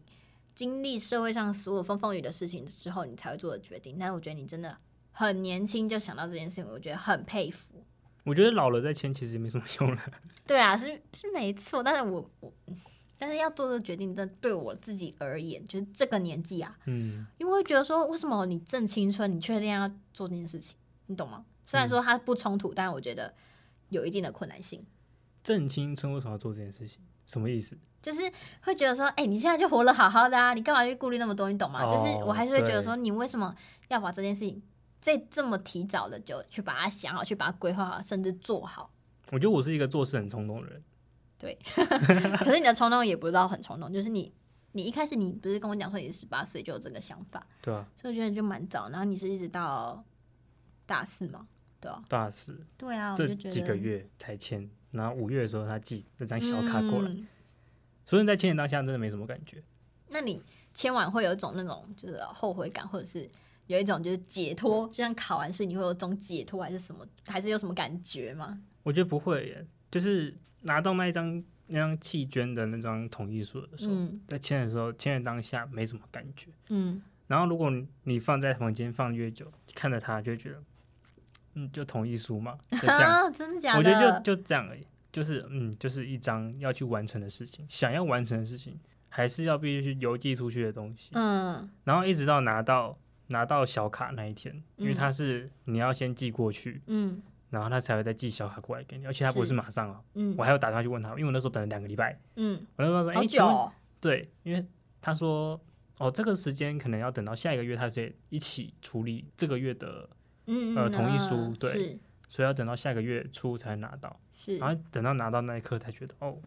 C: 经历社会上所有风风雨的事情之后，你才会做的决定。但是我觉得你真的很年轻就想到这件事情，我觉得很佩服。
D: 我觉得老了再签其实也没什么用了。
C: 对啊，是是没错，但是我我，但是要做这个决定，真的对我自己而言，就是这个年纪啊，
D: 嗯，
C: 因为会觉得说，为什么你正青春，你确定要做这件事情，你懂吗？虽然
D: 嗯
C: 说它不冲突，但我觉得有一定的困难性，
D: 正青春为什么要做这件事情？什么意思？
C: 就是会觉得说，哎、你现在就活得好好的啊，你干嘛去顾虑那么多，你懂吗？
D: 哦
C: 就是我还是会觉得说，
D: 对
C: 你为什么要把这件事情在这么提早的就去把它想好，去把它规划好，甚至做好？
D: 我觉得我是一个做事很冲动的人。
C: 可是你的冲动也不知道很冲动，就是你你一开始你不是跟我讲说你十八岁就有这个想法，
D: 对啊，
C: 所以我觉得就蛮早。然后你是一直到大四嘛，对啊，
D: 大四
C: 对啊，我
D: 这
C: 就觉得
D: 几个月才签，然后五月的时候他寄那张小卡过来，
C: 嗯
D: 所以在签的当下真的没什么感觉。
C: 那你签完会有一种那种就是后悔感，或者是有一种就是解脱，就像考完试你会有种解脱，还是什么，还是有什么感觉吗？
D: 我觉得不会耶，就是拿到那一张那张弃捐的那张同意书的时候，
C: 嗯
D: 在签的时候，签的当下没什么感觉。
C: 嗯，
D: 然后如果你你放在房间放越久，看着它就会觉得，嗯，就同意 书嘛，就这样。
C: 啊，真的假的？
D: 我觉得就就这样而已，就是嗯，就是一张要去完成的事情，想要完成的事情，还是要必须去邮寄出去的东西。
C: 嗯
D: 然后一直到拿到拿到小卡那一天，因为
C: 嗯
D: 它是你要先寄过去，
C: 嗯
D: 然后他才会再寄小卡过来给你，而且他不
C: 是
D: 是马上哦，
C: 嗯
D: 我还有打电话去问他，因为我那时候等了两个礼拜，
C: 嗯，
D: 我那时候说，哎、
C: 好
D: 请
C: 久
D: 问
C: 哦、
D: 对，因为他说，哦，这个时间可能要等到下一个月，他才一起处理这个月的，
C: 嗯嗯
D: 呃同意
C: 嗯
D: 书对
C: 是
D: 所以要等到下个月初才拿到，
C: 是，
D: 然后等到拿到那一刻才觉得，哦，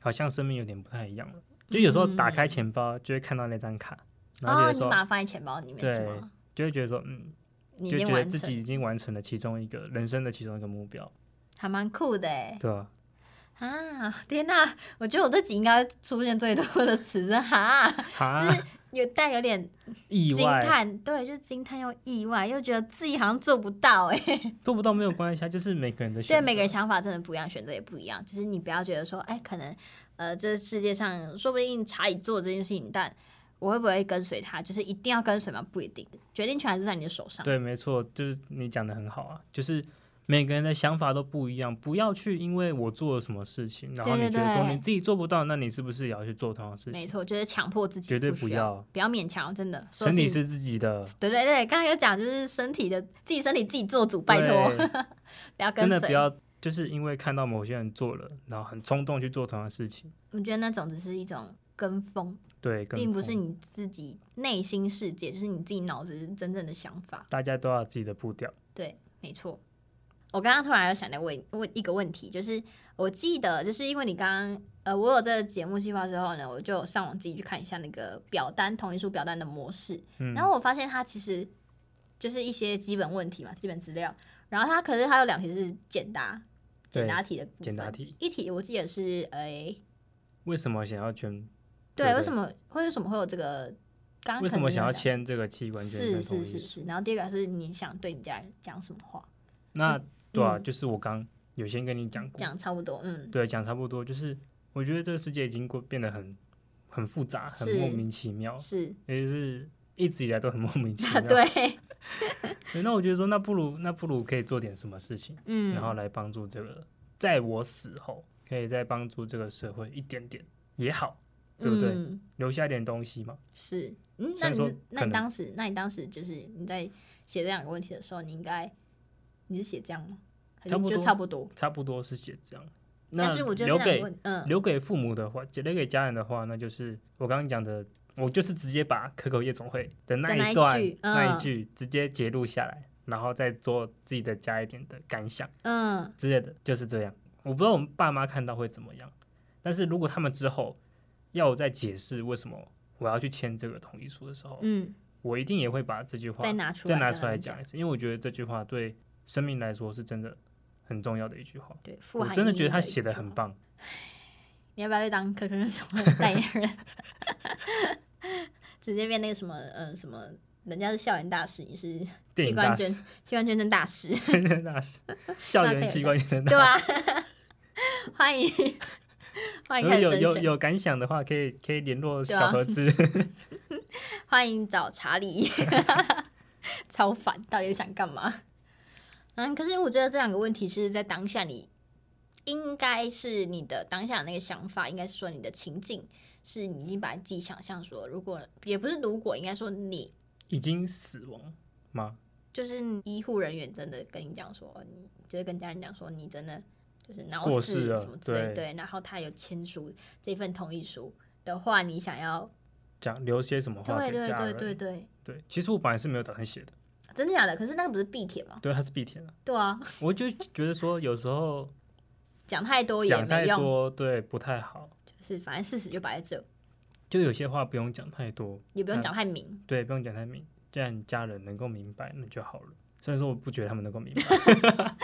D: 好像生命有点不太一样了。就有时候打开钱包就会看到那张卡，然后
C: 嗯
D: 觉
C: 哦，
D: 得
C: 你
D: 说，
C: 把它放在钱包里面是
D: 对
C: 吗？
D: 就会觉得说，嗯，
C: 你已
D: 就
C: 经
D: 觉得
C: 完
D: 自
C: 成，
D: 己已经完成了其中一个人生的其中一个目标，
C: 还蛮酷的哎。
D: 对吧？
C: 啊，天哪！我觉得我这集应该出现最多的词是哈，
D: 哈，
C: 就是有带有点
D: 意
C: 惊
D: 外
C: 叹，对，就是惊叹又意外，又觉得自己好像做不到哎、
D: 做不到没有关系啊，就是每个人的选
C: 对，
D: 择，
C: 每个人想法真的不一样，选择也不一样。就是你不要觉得说，哎、可能呃，这世界上说不定查理做这件事情，但我会不会跟随他？就是一定要跟随吗？不一定，决定权还是在你的手上。
D: 对，没错，就是你讲的很好啊，就是每个人的想法都不一样，不要去因为我做了什么事情，然后
C: 对
D: 你
C: 对
D: 觉得说
C: 对
D: 你自己做不到，那你是不是也要去做同样的事
C: 没
D: 情？
C: 错，就是强迫自己，
D: 绝对
C: 不
D: 不
C: 需
D: 要，
C: 不要勉强，真的。所有
D: 身体
C: 事情，
D: 是自己的，
C: 对对对，刚才有讲，就是身体的自己身体自己做主， 拜托，
D: 对
C: 不要跟
D: 真的
C: 随
D: 不。要，就是因为看到某些人做了，然后很冲动去做同样的事情，
C: 我觉得那种只是一种跟风，
D: 对，跟
C: 并不是
D: 风
C: 你自己内心世界，就是你自己脑子是真正的想法。
D: 大家都要有自己的步调，
C: 对，没错。我刚刚突然又想到问问一个问题，就是我记得，就是因为你刚刚呃，我有这个节目计划之后呢，我就上网自己去看一下那个表单同意书表单的模式，
D: 嗯
C: 然，后我发现它其实就是一些基本问题嘛，基本资料，然后它可是它有两题是简答
D: 对
C: 简答题的部分
D: 简答题，
C: 一题我记得是诶、
D: 为什么想要捐？
C: 对，为什
D: 么？
C: 么会为什么会有这个？刚刚可
D: 为什
C: 能
D: 么
C: 没有
D: 想要
C: 讲
D: 签这个器官捐
C: 是
D: 赠同
C: 是
D: 意
C: 是是，
D: 书？
C: 然后第二个是你想对你家人讲什么话，
D: 那对啊，
C: 嗯
D: 就是我刚有先跟你讲过，
C: 讲差不多，嗯，
D: 对，讲差不多，就是我觉得这个世界已经过变得很很复杂，很
C: 是
D: 莫名其妙，
C: 是，啊
D: 尤其是一直以来都很莫 名其妙。
C: 对，
D: 对那我觉得说，那不如那不如可以做点什么事情，
C: 嗯，
D: 然后来帮助这个，在我死后可以再帮助这个社会一点点也好，对不对
C: 嗯
D: 留下一点东西嘛。
C: 是，嗯，
D: 虽
C: 那
D: 然说
C: 你那
D: 可
C: 你
D: 能
C: 当时，那你当时就是你在写这两个问题的时候，你应该你是写这样吗？还是
D: 差不
C: 就
D: 多
C: 差不多。
D: 差不多是写这样。那
C: 但是我觉得
D: 留
C: 这两个
D: 给
C: 问，嗯，
D: 留给父母的话，留给家人的话，那就是我刚刚讲的，我就是直接把可口夜总会的那
C: 的那一
D: 一段
C: 句嗯
D: 那一句直接截录下来，然后再做自己的加一点的感想
C: 嗯，
D: 之类的，就是这样。我不知道我们爸妈看到会怎么样，但是如果他们之后要我再解释为什么我要去签这个同意书的时候，
C: 嗯，
D: 我一定也会把这句话
C: 再拿出
D: 再
C: 来，
D: 拿出来
C: 讲
D: 讲一。次，因为我觉得这句话对生命来说是真的很重要的一句话。
C: 对，富
D: 我
C: 含
D: 真的
C: 意
D: 觉
C: 义
D: 得他
C: 一
D: 写的
C: 句
D: 很
C: 话。
D: 棒，
C: 你要不要去当可可夜总会的代言人？ 直接变那个什么，呃，什么，人家是校园大使，你是
D: 电
C: 器
D: 影
C: 官
D: 大
C: 捐
D: 师。
C: 器官捐赠大 使，
D: 大师， 校园器官捐
C: 对啊
D: 大
C: 吧？ 欢迎 欢迎
D: 师。如
C: 开始
D: 果有
C: 甄
D: 有
C: 选，
D: 有感想的话，可以可以联络
C: 对啊
D: 小盒子。
C: 欢迎找查理， 超烦，到底想干嘛？嗯，可是我觉得这两个问题是在当下你。应该是你的当下的那个想法，应该是说你的情境，是你已经把自己想象说，如果也不是如果，应该说你
D: 已经死亡吗？
C: 就是医护人员真的跟你讲说，你就是跟家人讲说，你真的就是脑
D: 过
C: 死
D: 世了
C: 什么之类的，
D: 对
C: 对，然后他有签署这份同意书的话，你想要，
D: 讲留些什么话
C: 对
D: 给
C: 对
D: 家
C: 对
D: 人？
C: 对对，
D: 对其实我本来是没有打算写的，
C: 真的假的？可是那个不是必帖吗？
D: 对，它是必填的。
C: 对啊，
D: 我就觉得说，有时候
C: 讲太多也
D: 讲
C: 没
D: 太
C: 用，
D: 多，对，不太好。
C: 就是反正事实就摆在这，
D: 就有些话不用讲太多，
C: 也不用
D: 嗯
C: 讲太明。
D: 对，不用讲太明，既然家人能够明白，那就好了。虽然说我不觉得他们能够 明白，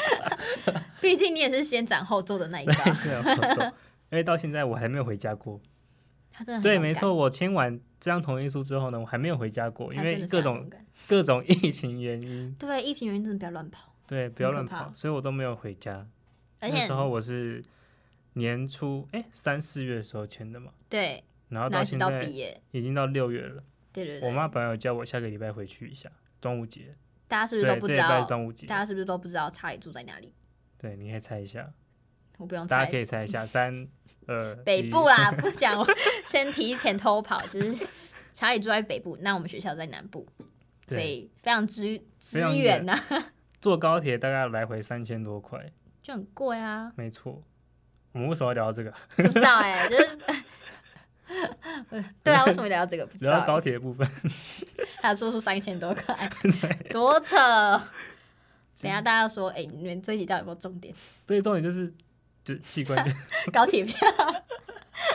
C: 毕竟你也是先斩后奏的那一个啊，
D: 对啊，我走因为到现在我还没有回家过。
C: 他真的很
D: 对，
C: 勇
D: 没
C: 敢
D: 错，，我签完这张同意书之后呢，我还没有回家过，因
C: 他真
D: 为
C: 的
D: 各
C: 非常
D: 种
C: 勇敢
D: 各种疫情原因，
C: 对疫情原因真的不要乱跑，
D: 对，不要
C: 很可
D: 乱跑，
C: 怕
D: 所以我都没有回家。
C: 而
D: 那
C: 且
D: 时候我是年初哎三四月的时候签的嘛，
C: 对，
D: 然后
C: 然后
D: 到
C: 一直
D: 现
C: 到
D: 在
C: 毕业，
D: 已经到六月了。
C: 对对对，
D: 我妈本来有叫我下个礼拜回去一下，端午节，
C: 大家是不是
D: 对
C: 都，不
D: 这
C: 知
D: 礼拜
C: 道
D: 是？端午节，
C: 大家是不是都不知道查理住在哪里？
D: 对，你可以猜一下，
C: 我不用
D: 大家
C: 猜
D: 可，以猜一下，三二
C: 北
D: 一
C: 部啦，不讲，我先提前偷跑， 就是查理住在北部，那我们学校在南部，所
D: 对，
C: 以非常支支
D: 非常
C: 援啊
D: 远
C: 呐、
D: 坐高铁大概来回三千多块，
C: 就很贵啊，
D: 没错。我们为什么要聊到这个？
C: 不知道哎、 就是对啊，为什么聊到这个？不知道
D: 聊到
C: 欸，
D: 高铁的部分，
C: 还有说出三千多 块，多扯！等一下大家说，哎、你们这一集到底有没有重点？
D: 最重点就是就 器官捐，
C: 高铁票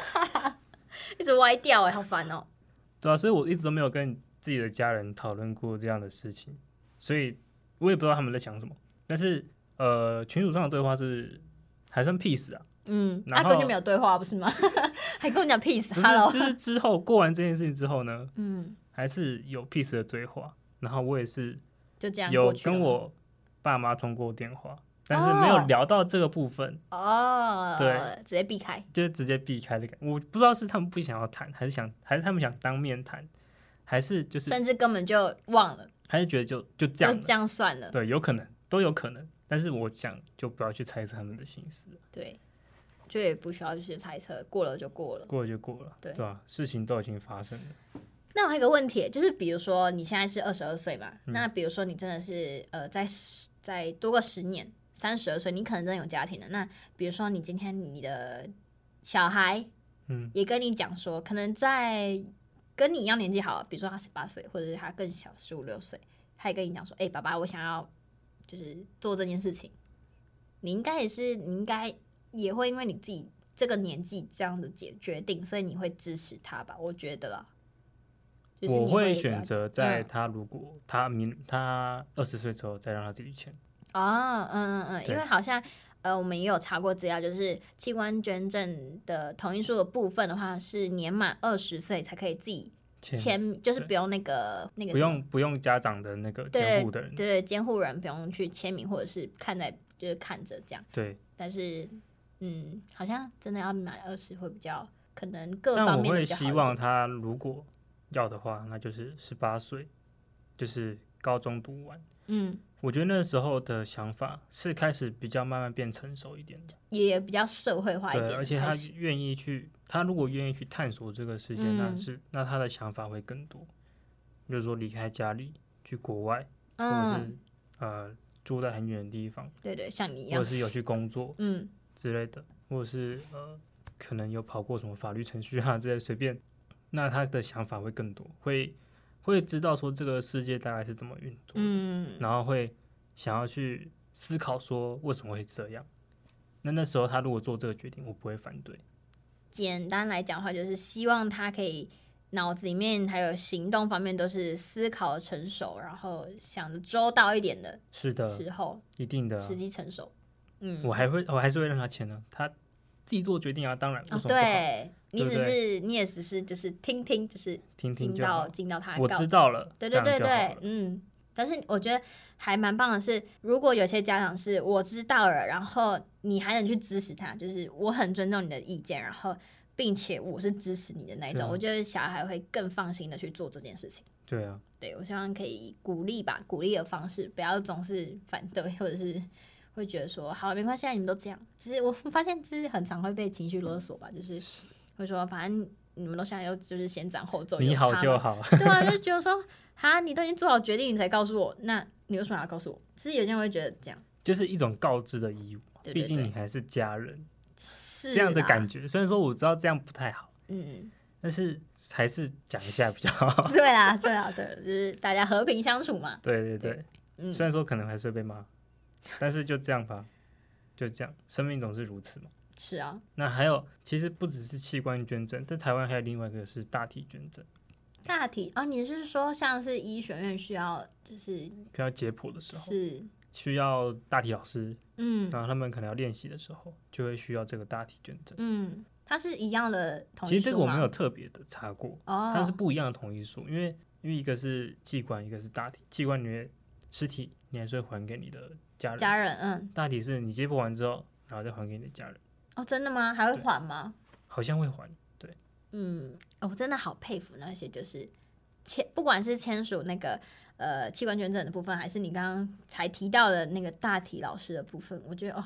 C: 一直歪掉哎、好烦哦、
D: 对啊，所以我一直都没有跟自己的家人讨论过这样的事情，所以我也不知道他们在想什么。但是呃，群组上的对话是还算 peace 啊，
C: 嗯，
D: 然
C: 他
D: 后
C: 根本就没有对话，不是吗？ 还跟我讲 peace
D: 不是
C: hello，
D: 就是之后过完这件事情之后呢，
C: 嗯，
D: 还是有 peace 的对话，然后我也是
C: 就这样
D: 有
C: 过去了
D: 跟我爸妈通过电话，但是没
C: 哦
D: 有聊到这个部分，
C: 哦，
D: 对，
C: 直接避开，
D: 就是直接避开的感我不知道是他们不想要谈，还是想，还是他们想当面谈，还是就是
C: 甚至根本就忘了，
D: 还是觉得就就这
C: 就
D: 样了
C: 这样算了，
D: 对，有可能都有可能，但是我想就不要去猜测他们的心思，
C: 对，就也不需要去猜测，过了就过了。
D: 过了就过了，
C: 对
D: 吧、事情都已经发生了，
C: 那我还有一个问题，就是比如说你现在是二十二岁嘛，那比如说你真的是呃，在十再多个十年，三十二岁，你可能真的有家庭了。那比如说你今天你的小孩
D: 嗯，
C: 也跟你讲说，可能在跟你一样年纪好了，比如说他十八岁，或者是他更小十五六岁，他也跟你讲说，哎、爸爸，我想要就是做这件事情。你应该也是，你应该也会因为你自己这个年纪这样的决决定，所以你会支持他吧？我觉得啦，就是
D: 我
C: 你
D: 会
C: 会
D: 选择在
C: 嗯
D: 他如果他明他二十岁之后再让他自己签，
C: 哦，嗯嗯嗯，因
D: 对
C: 为好像呃，我们也有查过资料，就是器官捐赠的同意书的部分的话，是年满二十岁才可以自己签就是
D: 对
C: 不用那个那个
D: 不
C: 什么
D: 用不用家长的那个监
C: 对
D: 护
C: 对
D: 的人，
C: 对监护人不用去签名或者是看在就是看着这样，
D: 对，
C: 但是嗯，好像真的要满二十会比较可能各
D: 但
C: 方
D: 我
C: 面的
D: 会
C: 比较好一
D: 希
C: 点
D: 望他如果要的话，那就是十八岁，就是高中读完。
C: 嗯
D: 我觉得那时候的想法是开始比较慢慢变成熟一点的，
C: 也比较社会化一
D: 对，
C: 点，
D: 而且他
C: 开始
D: 愿意去，他如果愿意去探索这个世界，那
C: 嗯
D: 是那他的想法会更多，比如说离开家里去国外，或者
C: 嗯
D: 是呃住在很远的地方，
C: 对对像你一
D: 或者
C: 样
D: 是有去工作
C: 嗯
D: 之类的，或者是呃可能有跑过什么法律程序啊 之类的，随便，那他的想法会更多，会会知道说这个世界大概是怎么运作的，
C: 嗯
D: 然后会想要去思考说为什么会这样。那那时候他如果做这个决定，我不会反对。
C: 简单来讲的话，就是希望他可以脑子里面还有行动方面都是思考成熟，然后想的周到一点的
D: 是的，
C: 时候，
D: 一定的啊。
C: 时机成熟。嗯，
D: 我还会，我还是会让他签的、他自己做决定啊，当然，为
C: 哦，
D: 什么不好？
C: 对你
D: 对
C: 只
D: 不
C: 是你也只是就是听听，就是
D: 听听
C: 进
D: 就
C: 到
D: 好。
C: 进到他的
D: 我
C: 告
D: 知道了，
C: 对对
D: 这
C: 对
D: 样就好
C: 对
D: 了，
C: 嗯。但是我觉得还蛮棒的是，如果有些家长是我知道了，然后你还能去支持他，就是我很尊重你的意见，然后并且我是支持你的那一种，
D: 对啊
C: 我觉得小孩会更放心的去做这件事情。
D: 对啊，
C: 对我希望可以以鼓励吧，鼓励的方式，不要总是反对或者是会觉得说好没关系，啊，你们都这样。其实我发现就是很常会被情绪勒索吧，就是会说反正你们都现在又就是先斩后奏，
D: 你
C: 有
D: 好
C: 差
D: 就
C: 吗
D: 好，
C: 对啊，就觉得说，哈，你都已经做好决定，你才告诉我，那你为什么要告诉我？其实有些人会觉得这样，
D: 就是一种告知的义务。啊
C: 对
D: 毕
C: 对
D: 竟
C: 对
D: 你，还是家人，
C: 是
D: 这样的感
C: 觉，
D: 觉。虽然说我知道这样不太好，
C: 嗯，
D: 但是还是讲一下比较好。
C: 对啦，对啦，对啦，就是大家和平相处嘛，
D: 对对对，
C: 嗯
D: 虽，然说可能还是会被骂，但是就这样吧，就这样，生命总是如此嘛。
C: 是啊，
D: 那还有，其实不只是器官捐赠，在台湾还有另外一个是大体捐赠，
C: 大体哦，你是说像是医学院需要就是
D: 比较解剖的时候，
C: 是
D: 需要大体老师，
C: 嗯
D: 然后他们可能要练习的时候，就会需要这个大体捐赠。
C: 嗯，它是一样的同
D: 其
C: 意
D: 实这个
C: 书
D: 我
C: 吗
D: 没有特别的查过，
C: 哦，
D: 它是不一样的同意书，因为因为一个是器官，一个是大体。器官你会尸体你还是会还给你的家人，
C: 家人，嗯，
D: 大体是你接不完之后，然后再还给你的家人，
C: 哦，真的吗？还会
D: 对
C: 还吗？
D: 好像会还。
C: 嗯，哦我真的好佩服那些就是签，不管是签署那个呃器官捐赠的部分，还是你刚刚才提到的那个大体老师的部分，我觉得哦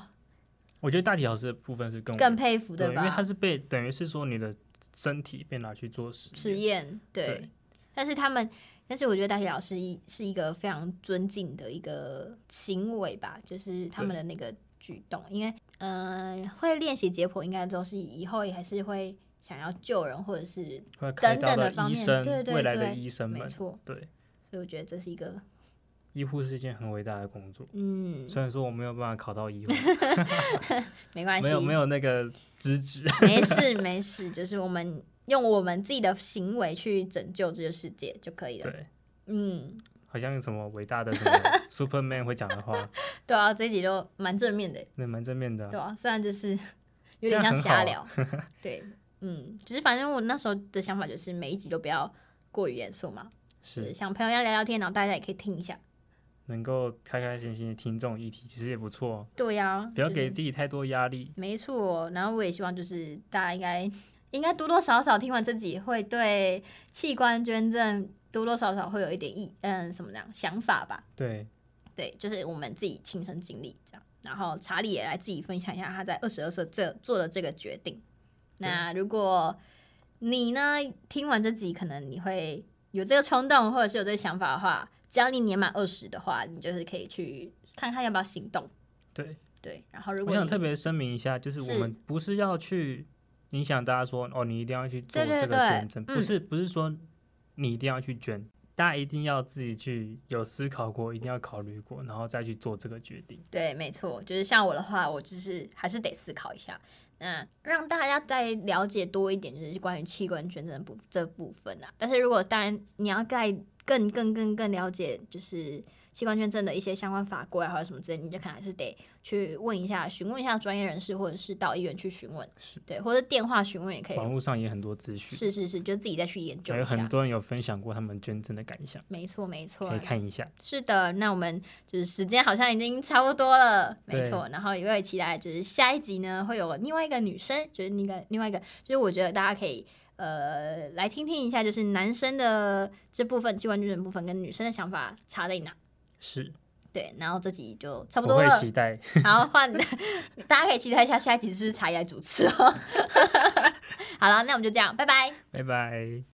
D: 我觉得大体老师的部分是更
C: 更佩服，
D: 对，因为
C: 吧
D: 它？是被等于是说你的身体被拿去做实验，
C: 实验对，
D: 对
C: 但是他们，但是我觉得大体老师一是一个非常尊敬的一个行为吧，就是他们的那个举动，因为呃会练习解剖，应该都是以后也还是会想要救人或者是
D: 会开
C: 等
D: 刀
C: 等的方
D: 医
C: 面
D: 生，
C: 对对
D: 未来的
C: 对
D: 医生
C: 没
D: 们，
C: 错，
D: 对，
C: 所以我觉得这是一个
D: 医护是一件很伟大的工作。
C: 嗯
D: 虽然说我没有办法考到医护，
C: 没关系，啊
D: 没有没有那个资质，
C: 没事没事，就是我们用我们自己的行为去拯救这个世界就可以了。
D: 对，
C: 嗯，
D: 好像什么伟大的什 么 Superman 会讲的话，
C: 对啊，这一集就蛮正面的，
D: 那蛮正面的
C: 对
D: 啊。
C: 啊，虽然就是 有
D: 这
C: 点像
D: 样很
C: 瞎
D: 好啊
C: 聊， 对，嗯，只是反正我那时候的想法就是每一集都不要过于严肃嘛，就是
D: 是
C: 想朋友要聊聊天，然后大家也可以听一下。
D: 能够开开心心的听这种议题，其实也不错哦。
C: 对呀、
D: 不要
C: 就是
D: 给自己太多压力，
C: 没错，然后我也希望就是大家应该应该多多少少听完这集，会对器官捐赠多多少少会有一点意嗯什么样想法吧。
D: 对，
C: 对，就是我们自己亲身经历这样。然后查理也来自己分享一下他在二十二岁这做的这个决定。那如果你呢听完这集，可能你会有这个冲动，或者是有这个想法的话，只要你年满二十的话，你就是可以去看看要不要行动。
D: 对
C: 对，然后如
D: 我
C: 果
D: 想
C: 你
D: 特别声明一下，就是
C: 是
D: 我们不是要去影响大家说哦，你一定要去做
C: 对对
D: 这个
C: 对
D: 捐赠，
C: 嗯
D: 不是不是说你一定要去捐，大家一定要自己去有思考过，一定要考虑过，然后再去做这个决定。
C: 对，没错，就是像我的话，我就是还是得思考一下。那让大家再了解多一点，就是关于器官捐赠的部这部分啊。但是如果当然你要再更更更更了解，就是器官捐赠的一些相关法规啊，或者什么之类，你就可能还是得去问一下，询问一下专业人士，或者是到医院去询问，
D: 是
C: 对，或者电话询问也可以。
D: 网络上也很多资讯，
C: 是是是，就自己再去研究
D: 还
C: 一
D: 有很
C: 下。
D: 多人有分享过他们捐赠的感想，
C: 没错没错，
D: 可以看一下。
C: 是的，那我们就是时间好像已经差不多了，没
D: 对
C: 错。然后也会期待就是下一集呢，会有另外一个女生，就是那个另外一个，就是我觉得大家可以呃来听听一下，就是男生的这部分器官捐赠部分跟女生的想法差在哪。
D: 是，
C: 对，然后这集就差不
D: 我
C: 多
D: 会
C: 了
D: 期，待。
C: 好换 大家可以期待一下 下一集是不是查理来主持哦。好了，那我们就这样，拜拜。
D: 拜拜。